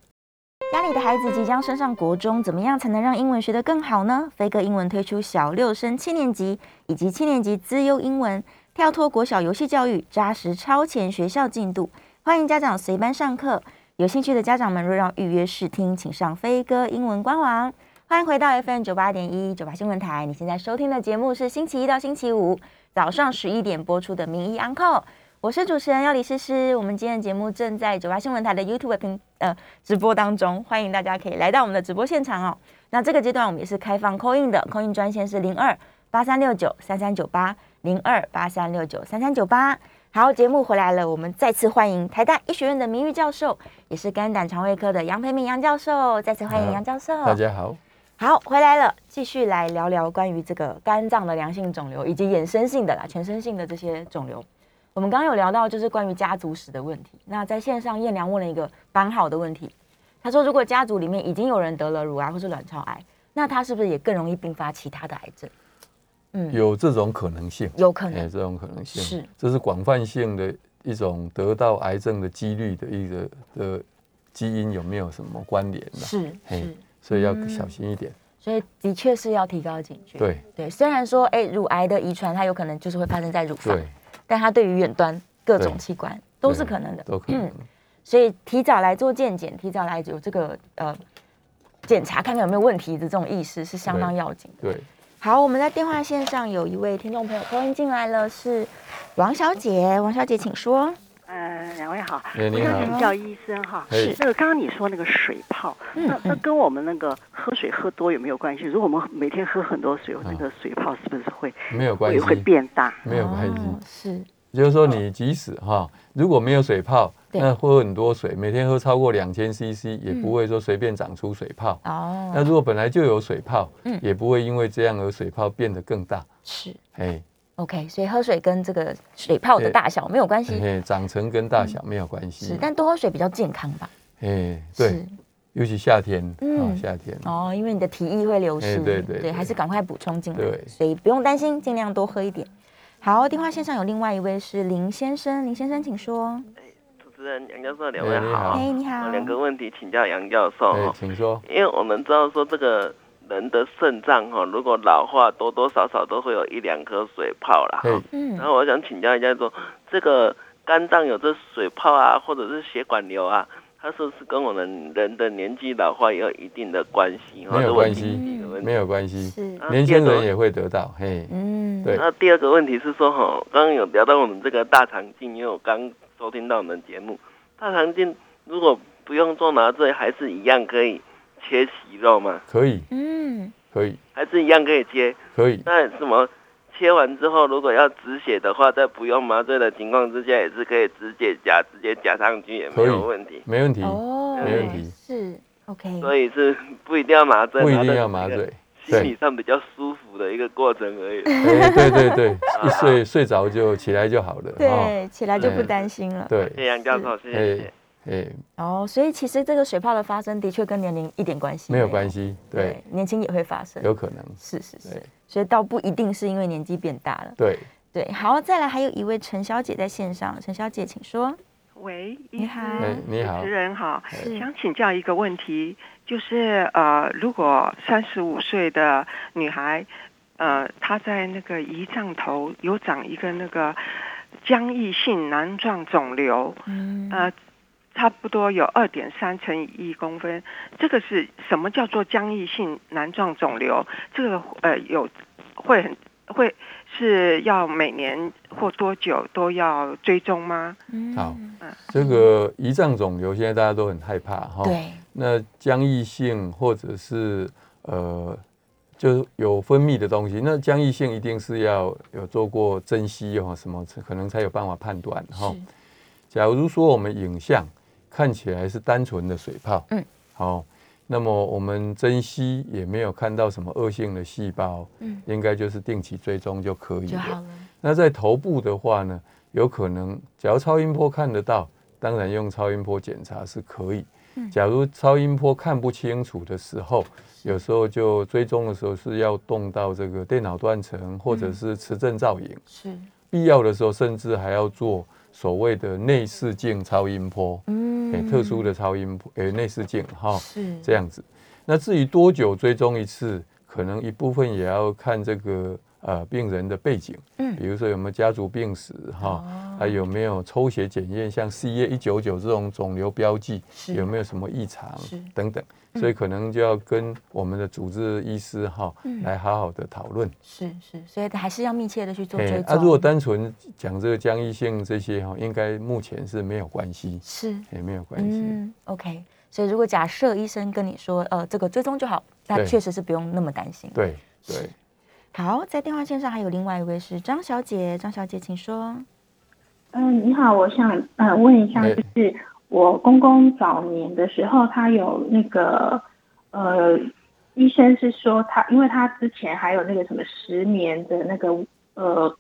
Speaker 4: 家里的孩子即将升上国中，怎么样才能让英文学得更好呢？飞哥英文推出小六升七年级以及七年级资优英文，跳脱国小游戏教育，扎实超前学校进度。欢迎家长随班上课，有兴趣的家长们若要预约试听，请上飞哥英文官网。欢迎回到 FM 九八点一九八新闻台，你现在收听的节目是星期一到星期五早上十一点播出的《名医 Uncle》，我是主持人要李诗诗。我们今天的节目正在九八新闻台的 YouTube 频呃直播当中，欢迎大家可以来到我们的直播现场哦。那这个阶段我们也是开放 call in 的，call in 专线是零二八三六九三三九八零二八三六九三三九八。好，节目回来了，我们再次欢迎台大医学院的名誉教授，也是肝胆肠胃科的杨培明杨教授，再次欢迎
Speaker 3: 好
Speaker 4: 杨教
Speaker 2: 哦
Speaker 4: 授。
Speaker 3: 大家好，
Speaker 2: 好，回来了，继续来聊聊关于这个肝脏的良性肿瘤以及衍生性的啦、全身性的这些肿瘤。我们刚刚有聊到就是关于家族史的问题。那在线上，燕良问了一个蛮好的问题，他说如果家族里面已经有人得了乳癌或是卵巢癌，那他是不是也更容易并发其他的癌症？
Speaker 3: 有这种可能性，
Speaker 2: 有可
Speaker 3: 哎，
Speaker 2: 能
Speaker 3: 这种可能性
Speaker 2: 嗯是，
Speaker 3: 这是广泛性的一种得到癌症的几率的一个的基因有没有什么关联呢？
Speaker 2: 是
Speaker 3: 哎
Speaker 2: 是，
Speaker 3: 所以要小心一点。
Speaker 2: 所以的确是要提高警觉。
Speaker 3: 对
Speaker 2: 对，虽然说哎、乳癌的遗传它有可能就是会发生在乳房，
Speaker 3: 对，
Speaker 2: 但它对于远端各种
Speaker 3: 对
Speaker 2: 器官都是
Speaker 3: 对
Speaker 2: 可能的，
Speaker 3: 都可能
Speaker 2: 嗯。所以提早来做健检，提早来有这个呃检查，看看有没有问题的这种意识是相当要紧的。
Speaker 3: 对，
Speaker 4: 好，我们在电话线上有一位听众朋友欢迎进来了，是王小姐。王小姐，请说。
Speaker 5: 嗯，两位好，
Speaker 3: 哎
Speaker 5: 我
Speaker 3: 你好
Speaker 5: 想请教医生哈，
Speaker 3: 是
Speaker 5: 那个刚刚你说那个水泡，那那跟我们那个喝水喝多有没有关系？如果我们每天喝很多水，那个水泡是不是会
Speaker 3: 没有关
Speaker 5: 会
Speaker 3: 系，
Speaker 5: 会变大？
Speaker 3: 没有关系。
Speaker 2: 哦是
Speaker 3: 就是说，你即使哈，如果没有水泡，
Speaker 2: 对嗯
Speaker 3: 那喝很多水，每天喝超过两千 CC，也不会说随便长出水泡。
Speaker 2: 哦，
Speaker 3: 那如果本来就有水泡
Speaker 2: 嗯，
Speaker 3: 也不会因为这样而水泡变得更大，
Speaker 2: 是
Speaker 3: 哎，
Speaker 2: OK。所以喝水跟这个水泡的大小没有关系，
Speaker 3: 哎，长成跟大小没有关
Speaker 2: 嗯
Speaker 3: 系
Speaker 2: 是，。但多喝水比较健康吧？
Speaker 3: 哎，
Speaker 2: 是
Speaker 3: 对，尤其夏天，啊，
Speaker 2: 嗯
Speaker 3: 夏天，
Speaker 2: 哦，因为你的体液会流失，
Speaker 3: 哎对对对
Speaker 2: 还是赶快补充进来，
Speaker 3: 对
Speaker 2: 所以不用担心，尽量多喝一点。
Speaker 4: 好，电话线上有另外一位是林先生，林先生请说。
Speaker 6: 主持人杨教授，两位
Speaker 3: 哎你好
Speaker 6: 好。
Speaker 4: 嘿、你好
Speaker 6: 我，两个问题请教杨教授
Speaker 3: 哎
Speaker 6: 哦，，
Speaker 3: 请说，
Speaker 6: 因为我们知道说这个人的肾脏哈，如果老化，多多少少都会有一两颗水泡啦。
Speaker 3: 哎，
Speaker 7: 嗯
Speaker 6: 然后我想请教一下说，这个肝脏有这水泡啊，或者是血管瘤啊，它是不是跟我们人的年纪老化也有一定的关系哈？
Speaker 3: 没有
Speaker 6: 这
Speaker 3: 关
Speaker 6: 问题
Speaker 3: 系
Speaker 6: 第一个问题
Speaker 3: 没有关系，
Speaker 4: 是
Speaker 6: 啊
Speaker 3: 年
Speaker 6: 第二
Speaker 3: 轻
Speaker 6: 个
Speaker 3: 人也会得到，嘿，
Speaker 2: 嗯，
Speaker 3: 对
Speaker 6: 那第二个问题是说，哈，刚刚有聊到我们这个大肠镜，因为我刚收听到我们的节目，大肠镜如果不用做麻醉，还是一样可以切息肉吗？
Speaker 3: 可以，
Speaker 2: 嗯，
Speaker 3: 可以，
Speaker 6: 还是一样可以切？
Speaker 3: 可以，
Speaker 6: 那什么切完之后，如果要止血的话，在不用麻醉的情况之下，也是可以直接夹，直接夹上去也没有
Speaker 3: 可以
Speaker 6: 问题。
Speaker 3: 没问题，
Speaker 2: 哦
Speaker 3: 嗯没问题
Speaker 2: 是 OK，
Speaker 6: 所以是不一定要麻醉，
Speaker 3: 不一定要麻
Speaker 6: 它的这个
Speaker 3: 醉，
Speaker 6: 心理上比较舒服的一个过程 而已。
Speaker 3: 哎，对对对，一睡睡着就起来就好了。哦，
Speaker 7: 对，起来就不
Speaker 3: 哎
Speaker 7: 担心了。
Speaker 6: 谢谢
Speaker 3: 对，
Speaker 6: 杨教授，谢谢。
Speaker 3: 哎哎，
Speaker 7: 哦，所以其实这个水泡的发生的确跟年龄一点关系
Speaker 3: 没有关。系，对，，
Speaker 7: 年轻也会发生。
Speaker 3: 有可能，
Speaker 7: 是是是
Speaker 3: 对，
Speaker 7: 所以倒不一定是因为年纪变大了。
Speaker 3: 对，
Speaker 7: 对，好，再来还有一位陈小姐在线上，陈小姐请说。
Speaker 5: 喂，
Speaker 7: 你
Speaker 5: 医
Speaker 7: 好
Speaker 3: 哎
Speaker 5: 生，，
Speaker 3: 你好
Speaker 5: 主持，人好，
Speaker 2: 嗯
Speaker 7: 是
Speaker 5: 想请教一个问题，就是呃，如果三十五岁的女孩，呃，她在那个胰脏头有长一个那个浆液性囊状肿瘤，
Speaker 7: 嗯，
Speaker 5: 呃，差不多有二点三乘以一公分，这个是什么叫做浆液性囊状肿瘤？这个呃有会很会是要每年或多久都要追踪吗？
Speaker 7: 嗯
Speaker 3: 好，这个胰脏肿瘤现在大家都很害怕哈。
Speaker 7: 对，
Speaker 3: 那浆液性或者是呃，就是有分泌的东西，那浆液性一定是要有做过珍惜哦，什么可能才有办法判断哈。假如说我们影像看起来是单纯的水泡，哦
Speaker 7: 嗯，
Speaker 3: 好、那么我们珍惜也没有看到什么恶性的细胞，
Speaker 7: 嗯，
Speaker 3: 应该就是定期追踪就可以
Speaker 7: 就好
Speaker 3: 了。
Speaker 7: 了。
Speaker 3: 那在头部的话呢，有可能假如超音波看得到，当然用超音波检查是可以。
Speaker 7: 嗯
Speaker 3: 假如超音波看不清楚的时候，有时候就追踪的时候是要动到这个电脑断层或者是磁振造影，
Speaker 7: 是，
Speaker 3: 必要的时候甚至还要做所谓的内视镜超音波，
Speaker 7: 嗯
Speaker 3: 诶、特殊的超音波，诶、哎内视镜哈。
Speaker 7: 是
Speaker 3: 这样子。那至于多久追踪一次，可能一部分也要看这个呃病人的背景，
Speaker 7: 嗯哦
Speaker 3: 比如说有没有家族病史哈，还、有没有抽血检验，像 CA 一九九这种肿瘤标记
Speaker 7: 是
Speaker 3: 有没有什么异常
Speaker 7: 是嗯
Speaker 3: 等等，所以可能就要跟我们的主治医师哈、
Speaker 7: 嗯
Speaker 3: 来好好的讨论。
Speaker 7: 是是，所以还是要密切的去做
Speaker 3: 哎
Speaker 7: 追
Speaker 3: 啊，
Speaker 7: 踪。
Speaker 3: 如果单纯讲这个僵硬性这些哈，应该目前是没有关系，
Speaker 7: 是，
Speaker 3: 也没有关系。
Speaker 7: 嗯，OK。所以如果假设医生跟你说，呃，这个追踪就好，那
Speaker 3: 对
Speaker 7: 确实是不用那么担心。
Speaker 3: 对对，
Speaker 7: 好，在电话线上还有另外一位是张小姐，张小姐请说。
Speaker 8: 嗯，你好，我想呃问一下，
Speaker 3: 哎
Speaker 8: 就是我公公早年的时候，他有那个呃，医生是说他，因为他之前还有那个什么十年的那个呃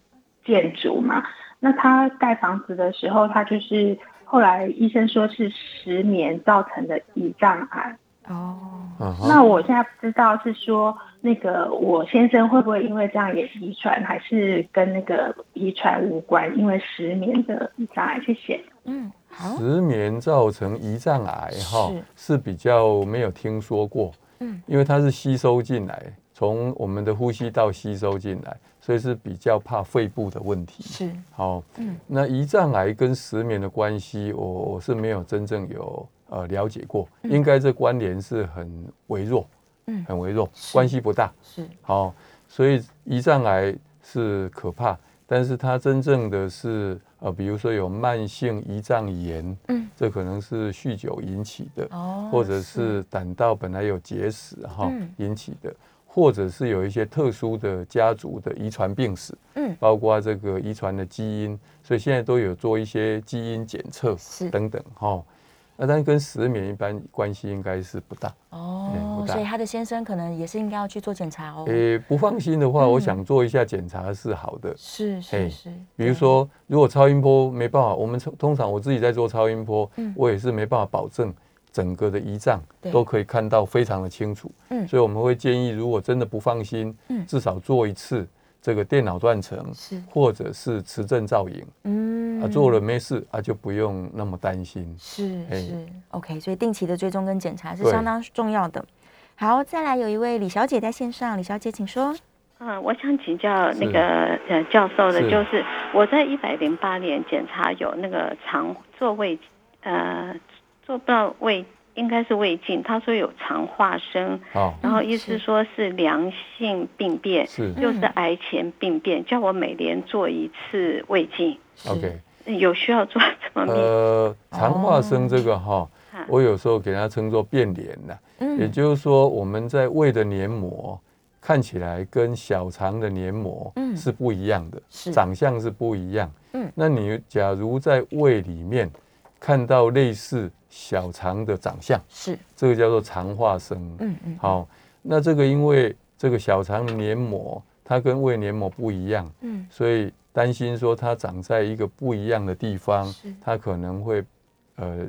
Speaker 8: 建筑嘛，那他盖房子的时候，他就是后来医生说是十年造成的胰脏癌，
Speaker 7: 哦，
Speaker 3: 嗯哼
Speaker 8: 那我现在不知道是说那个我先生会不会因为这样也遗传，还是跟那个遗传无关？因为十年的障碍，谢谢。
Speaker 7: 嗯，好，
Speaker 3: 石棉造成胰脏癌哈
Speaker 7: 是
Speaker 3: 是比较没有听说过，
Speaker 7: 嗯，
Speaker 3: 因为它是吸收进来，从我们的呼吸道吸收进来，所以是比较怕肺部的问题。
Speaker 7: 是，
Speaker 3: 好，
Speaker 7: 嗯，
Speaker 3: 那胰脏癌跟石棉的关系，我我是没有真正有呃了解过，应该这关联是很微弱，
Speaker 7: 嗯
Speaker 3: 很微弱，关系不大。
Speaker 7: 是，
Speaker 3: 好、所以胰脏癌是可怕，但是它真正的是呃，比如说有慢性胰脏炎，
Speaker 7: 嗯，
Speaker 3: 这可能是酗酒引起的，
Speaker 7: 哦，
Speaker 3: 或者是胆道本来有结石哈、
Speaker 7: 嗯
Speaker 3: 引起的，或者是有一些特殊的家族的遗传病史，
Speaker 7: 嗯
Speaker 3: 包括这个遗传的基因，所以现在都有做一些基因检测
Speaker 7: 是
Speaker 3: 等等哈。那但跟石棉一般关系应该是不大，
Speaker 7: 哦
Speaker 3: 嗯，不大
Speaker 7: 所以她的先生可能也是应该要去做检查哦。
Speaker 3: 诶、不放心的话，
Speaker 7: 嗯
Speaker 3: 我想做一下检查是好的。
Speaker 7: 是是
Speaker 3: 嘿
Speaker 7: 是，
Speaker 3: 比如说，如果超音波没办法，我们通通常我自己在做超音波，
Speaker 7: 嗯
Speaker 3: 我也是没办法保证整个的胰脏
Speaker 7: 对
Speaker 3: 都可以看到非常的清楚。
Speaker 7: 嗯
Speaker 3: 所以我们会建议，如果真的不放心，
Speaker 7: 嗯
Speaker 3: 至少做一次这个电脑断层
Speaker 7: 是，
Speaker 3: 或者是磁振造影、
Speaker 7: 嗯
Speaker 3: 啊，做了没事啊，就不用那么担心。
Speaker 7: 是
Speaker 3: 哎
Speaker 7: 是，OK，所以定期的追踪跟检查是
Speaker 3: 对
Speaker 7: 相当重要的。好，再来有一位李小姐在线上，李小姐请说。
Speaker 9: 嗯，我想请教
Speaker 3: 是
Speaker 9: 那个呃教授的，
Speaker 3: 是
Speaker 9: 就是我在一百零八年检查有那个肠做胃，呃，做不到胃，应该是胃镜，他说有肠化生，
Speaker 3: 好、
Speaker 9: 然后
Speaker 7: 嗯
Speaker 9: 意
Speaker 7: 是嗯
Speaker 9: 思说是良性病变，
Speaker 3: 是
Speaker 9: 就是癌前病变，叫我每年做一次胃镜，
Speaker 7: 是哦
Speaker 3: OK。
Speaker 9: 有需要做 什么病？
Speaker 3: 呃，肠化生这个哈、
Speaker 9: 啊
Speaker 3: 我有时候给它称作变脸呐、也
Speaker 7: 嗯，
Speaker 3: 就是说，我们在胃的黏膜看起来跟小肠的黏膜
Speaker 7: 嗯
Speaker 3: 是不一样的，
Speaker 7: 是
Speaker 3: 长相是不一样。
Speaker 7: 嗯
Speaker 3: 那你假如在胃里面看到类似小肠的长相，
Speaker 7: 是，
Speaker 3: 这个叫做肠化生。
Speaker 7: 嗯嗯，
Speaker 3: 好，那这个因为这个小肠黏膜它跟胃黏膜不一样，
Speaker 2: 嗯，
Speaker 3: 所以担心说它长在一个不一样的地方
Speaker 2: 是，
Speaker 3: 它可能会呃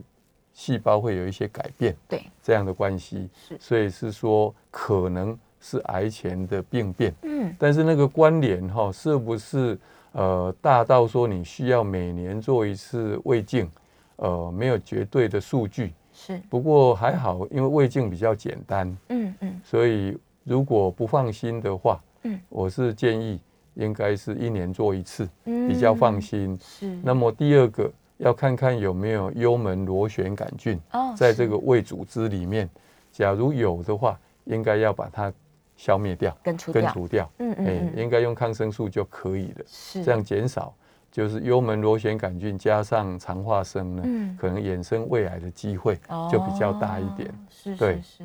Speaker 3: 细胞会有一些改变，
Speaker 2: 对
Speaker 3: 这样的关系，所以是说可能是癌前的病变，
Speaker 2: 嗯，
Speaker 3: 但是那个关联哈、是不是呃大到说你需要每年做一次胃镜？呃，没有绝对的数据，
Speaker 2: 是，
Speaker 3: 不过还好，因为胃镜比较简单，
Speaker 2: 嗯嗯
Speaker 3: 所以如果不放心的话，
Speaker 2: 嗯，
Speaker 3: 我是建议应该是一年做一次，
Speaker 2: 嗯，
Speaker 3: 比较放心。
Speaker 2: 是，
Speaker 3: 那么第二个要看看有没有幽门螺旋杆菌
Speaker 2: 哦
Speaker 3: 在这个胃组织里面，假如有的话，应该要把它消灭掉、
Speaker 2: 根除
Speaker 3: 根
Speaker 2: 掉，
Speaker 3: 除掉。
Speaker 2: 嗯嗯
Speaker 3: 哎
Speaker 2: 嗯，
Speaker 3: 应该用抗生素就可以了，
Speaker 2: 是
Speaker 3: 这样减少。就是幽门螺旋杆菌加上肠化生呢，
Speaker 2: 嗯
Speaker 3: 可能衍生胃癌的机会就比较大一点。
Speaker 2: 哦是是
Speaker 3: 对
Speaker 2: 是。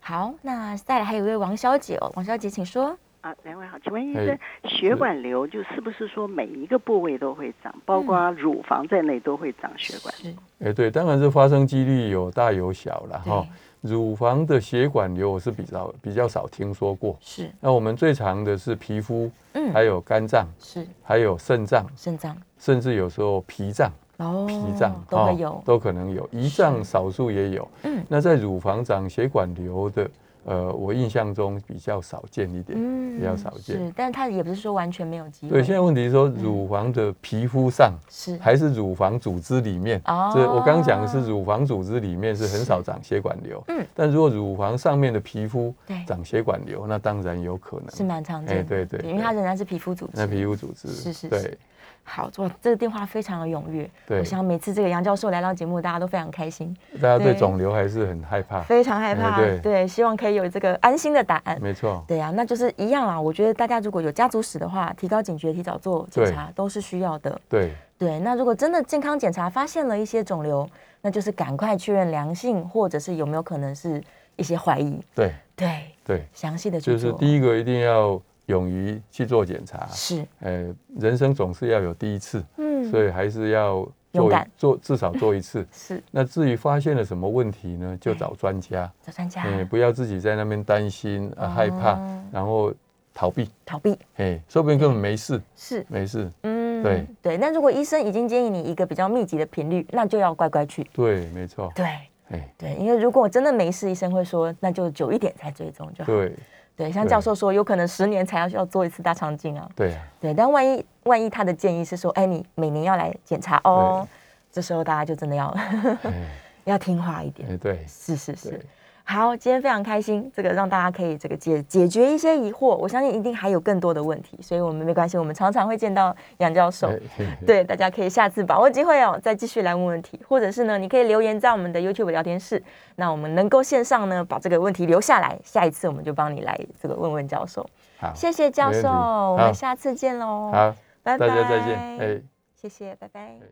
Speaker 2: 好，那再来还有一位王小姐哦，王小姐请说。
Speaker 5: 啊，两位好，请问医
Speaker 3: 哎
Speaker 5: 生，血管瘤就是不是说每一个部位都会长，包括乳房在内都会长血管？
Speaker 2: 是，
Speaker 3: 哎、对，当然是发生几率有大有小了哈
Speaker 2: 对。
Speaker 3: 乳房的血管瘤我是比较比较少听说过。
Speaker 2: 是，
Speaker 3: 那我们最常的是皮肤，
Speaker 2: 嗯
Speaker 3: 还有肝脏，
Speaker 2: 是
Speaker 3: 还有肾脏，
Speaker 2: 肾脏，
Speaker 3: 甚至有时候脾脏、
Speaker 2: 哦，
Speaker 3: 脾脏、
Speaker 2: 都
Speaker 3: 哦
Speaker 2: 会有，
Speaker 3: 都可能有，胰脏少数也有。
Speaker 2: 嗯
Speaker 3: 那在乳房长血管瘤的，呃，我印象中比较少见一点，
Speaker 2: 嗯
Speaker 3: 比较少
Speaker 2: 是，
Speaker 3: 见。
Speaker 2: 嗯但它也不是说完全没有机会。
Speaker 3: 对，现在问题是说乳房的皮肤上，
Speaker 2: 是
Speaker 3: 还是乳房组织里面。
Speaker 2: 哦
Speaker 3: 这我刚讲的是乳房组织里面是很少长血管瘤。
Speaker 2: 嗯，
Speaker 3: 但如果乳房上面的皮肤
Speaker 2: 对
Speaker 3: 长血管瘤，那当然有可能
Speaker 2: 是蛮常见
Speaker 3: 哎
Speaker 2: 的，
Speaker 3: 对对
Speaker 2: 因为
Speaker 3: 对
Speaker 2: 它仍然是皮肤组织。
Speaker 3: 那皮肤组织
Speaker 2: 是是是
Speaker 3: 对
Speaker 2: 好，哇，这个电话非常的踊跃。
Speaker 3: 对
Speaker 2: 我想每次这个杨教授来到节目，大家都非常开心，
Speaker 3: 大家对
Speaker 2: 对
Speaker 3: 肿瘤还是很害怕。
Speaker 2: 非常害
Speaker 3: 哎
Speaker 2: 怕。
Speaker 3: 对嗯
Speaker 2: 对，希望可以有这个安心的答案。
Speaker 3: 没错，
Speaker 2: 对啊，那就是一样啦。我觉得大家如果有家族史的话，提高警觉，提早做检查都是需要的。
Speaker 3: 对
Speaker 2: 对，那如果真的健康检查发现了一些肿瘤，那就是赶快确认良性，或者是有没有可能是一些怀疑。
Speaker 3: 对
Speaker 2: 对，
Speaker 3: 对，
Speaker 2: 详细的去
Speaker 3: 就
Speaker 2: 做。
Speaker 3: 是第一个一定要勇于去做检查。
Speaker 2: 是，
Speaker 3: 呃，人生总是要有第一次，
Speaker 2: 嗯
Speaker 3: 所以还是要
Speaker 2: 勇
Speaker 3: 做一
Speaker 2: 敢
Speaker 3: 做至少做一次。
Speaker 2: 是
Speaker 3: 那至于发现了什么问题呢，就
Speaker 2: 对
Speaker 3: 找专家。
Speaker 2: 找专家、
Speaker 3: 哎，不要自己在那边担心、啊、害怕
Speaker 2: 哦，
Speaker 3: 然后逃避，
Speaker 2: 逃避
Speaker 3: 哎，说不定根本没事，
Speaker 2: 是。
Speaker 3: 没事。
Speaker 2: 嗯
Speaker 3: 对
Speaker 2: 对，那如果医生已经建议你一个比较密集的频率，那就要乖乖去。
Speaker 3: 对，没错，
Speaker 2: 对
Speaker 3: 哎，
Speaker 2: 对，因为如果真的没事，医生会说那就久一点才追踪就好。
Speaker 3: 对
Speaker 2: 对，像
Speaker 3: 对
Speaker 2: 教授说，有可能十年才要要做一次大肠镜啊。
Speaker 3: 对啊，
Speaker 2: 对，但万一万一他的建议是说，哎，你每年要来检查哦，这时候大家就真的要
Speaker 3: 哎，
Speaker 2: 要听话一点。
Speaker 3: 哎对
Speaker 2: 是 是是
Speaker 3: 对。
Speaker 2: 好，今天非常开心，这个让大家可以这个解解决一些疑惑，我相信一定还有更多的问题，所以我们没关系，我们常常会见到杨教授
Speaker 3: 哎，嘿嘿
Speaker 2: 对，大家可以下次把握机会哦，再继续来问问题，或者是呢，你可以留言在我们的 YouTube 聊天室，那我们能够线上呢把这个问题留下来，下一次我们就帮你来这个问问教授。
Speaker 3: 好，
Speaker 2: 谢谢教
Speaker 3: 没问
Speaker 2: 授，
Speaker 3: 题
Speaker 2: 我
Speaker 3: 好
Speaker 2: 们下次见喽，
Speaker 3: 好，
Speaker 2: 拜
Speaker 3: 大
Speaker 2: 拜，
Speaker 3: 家再见，哎。
Speaker 2: 谢谢，拜拜。
Speaker 3: 哎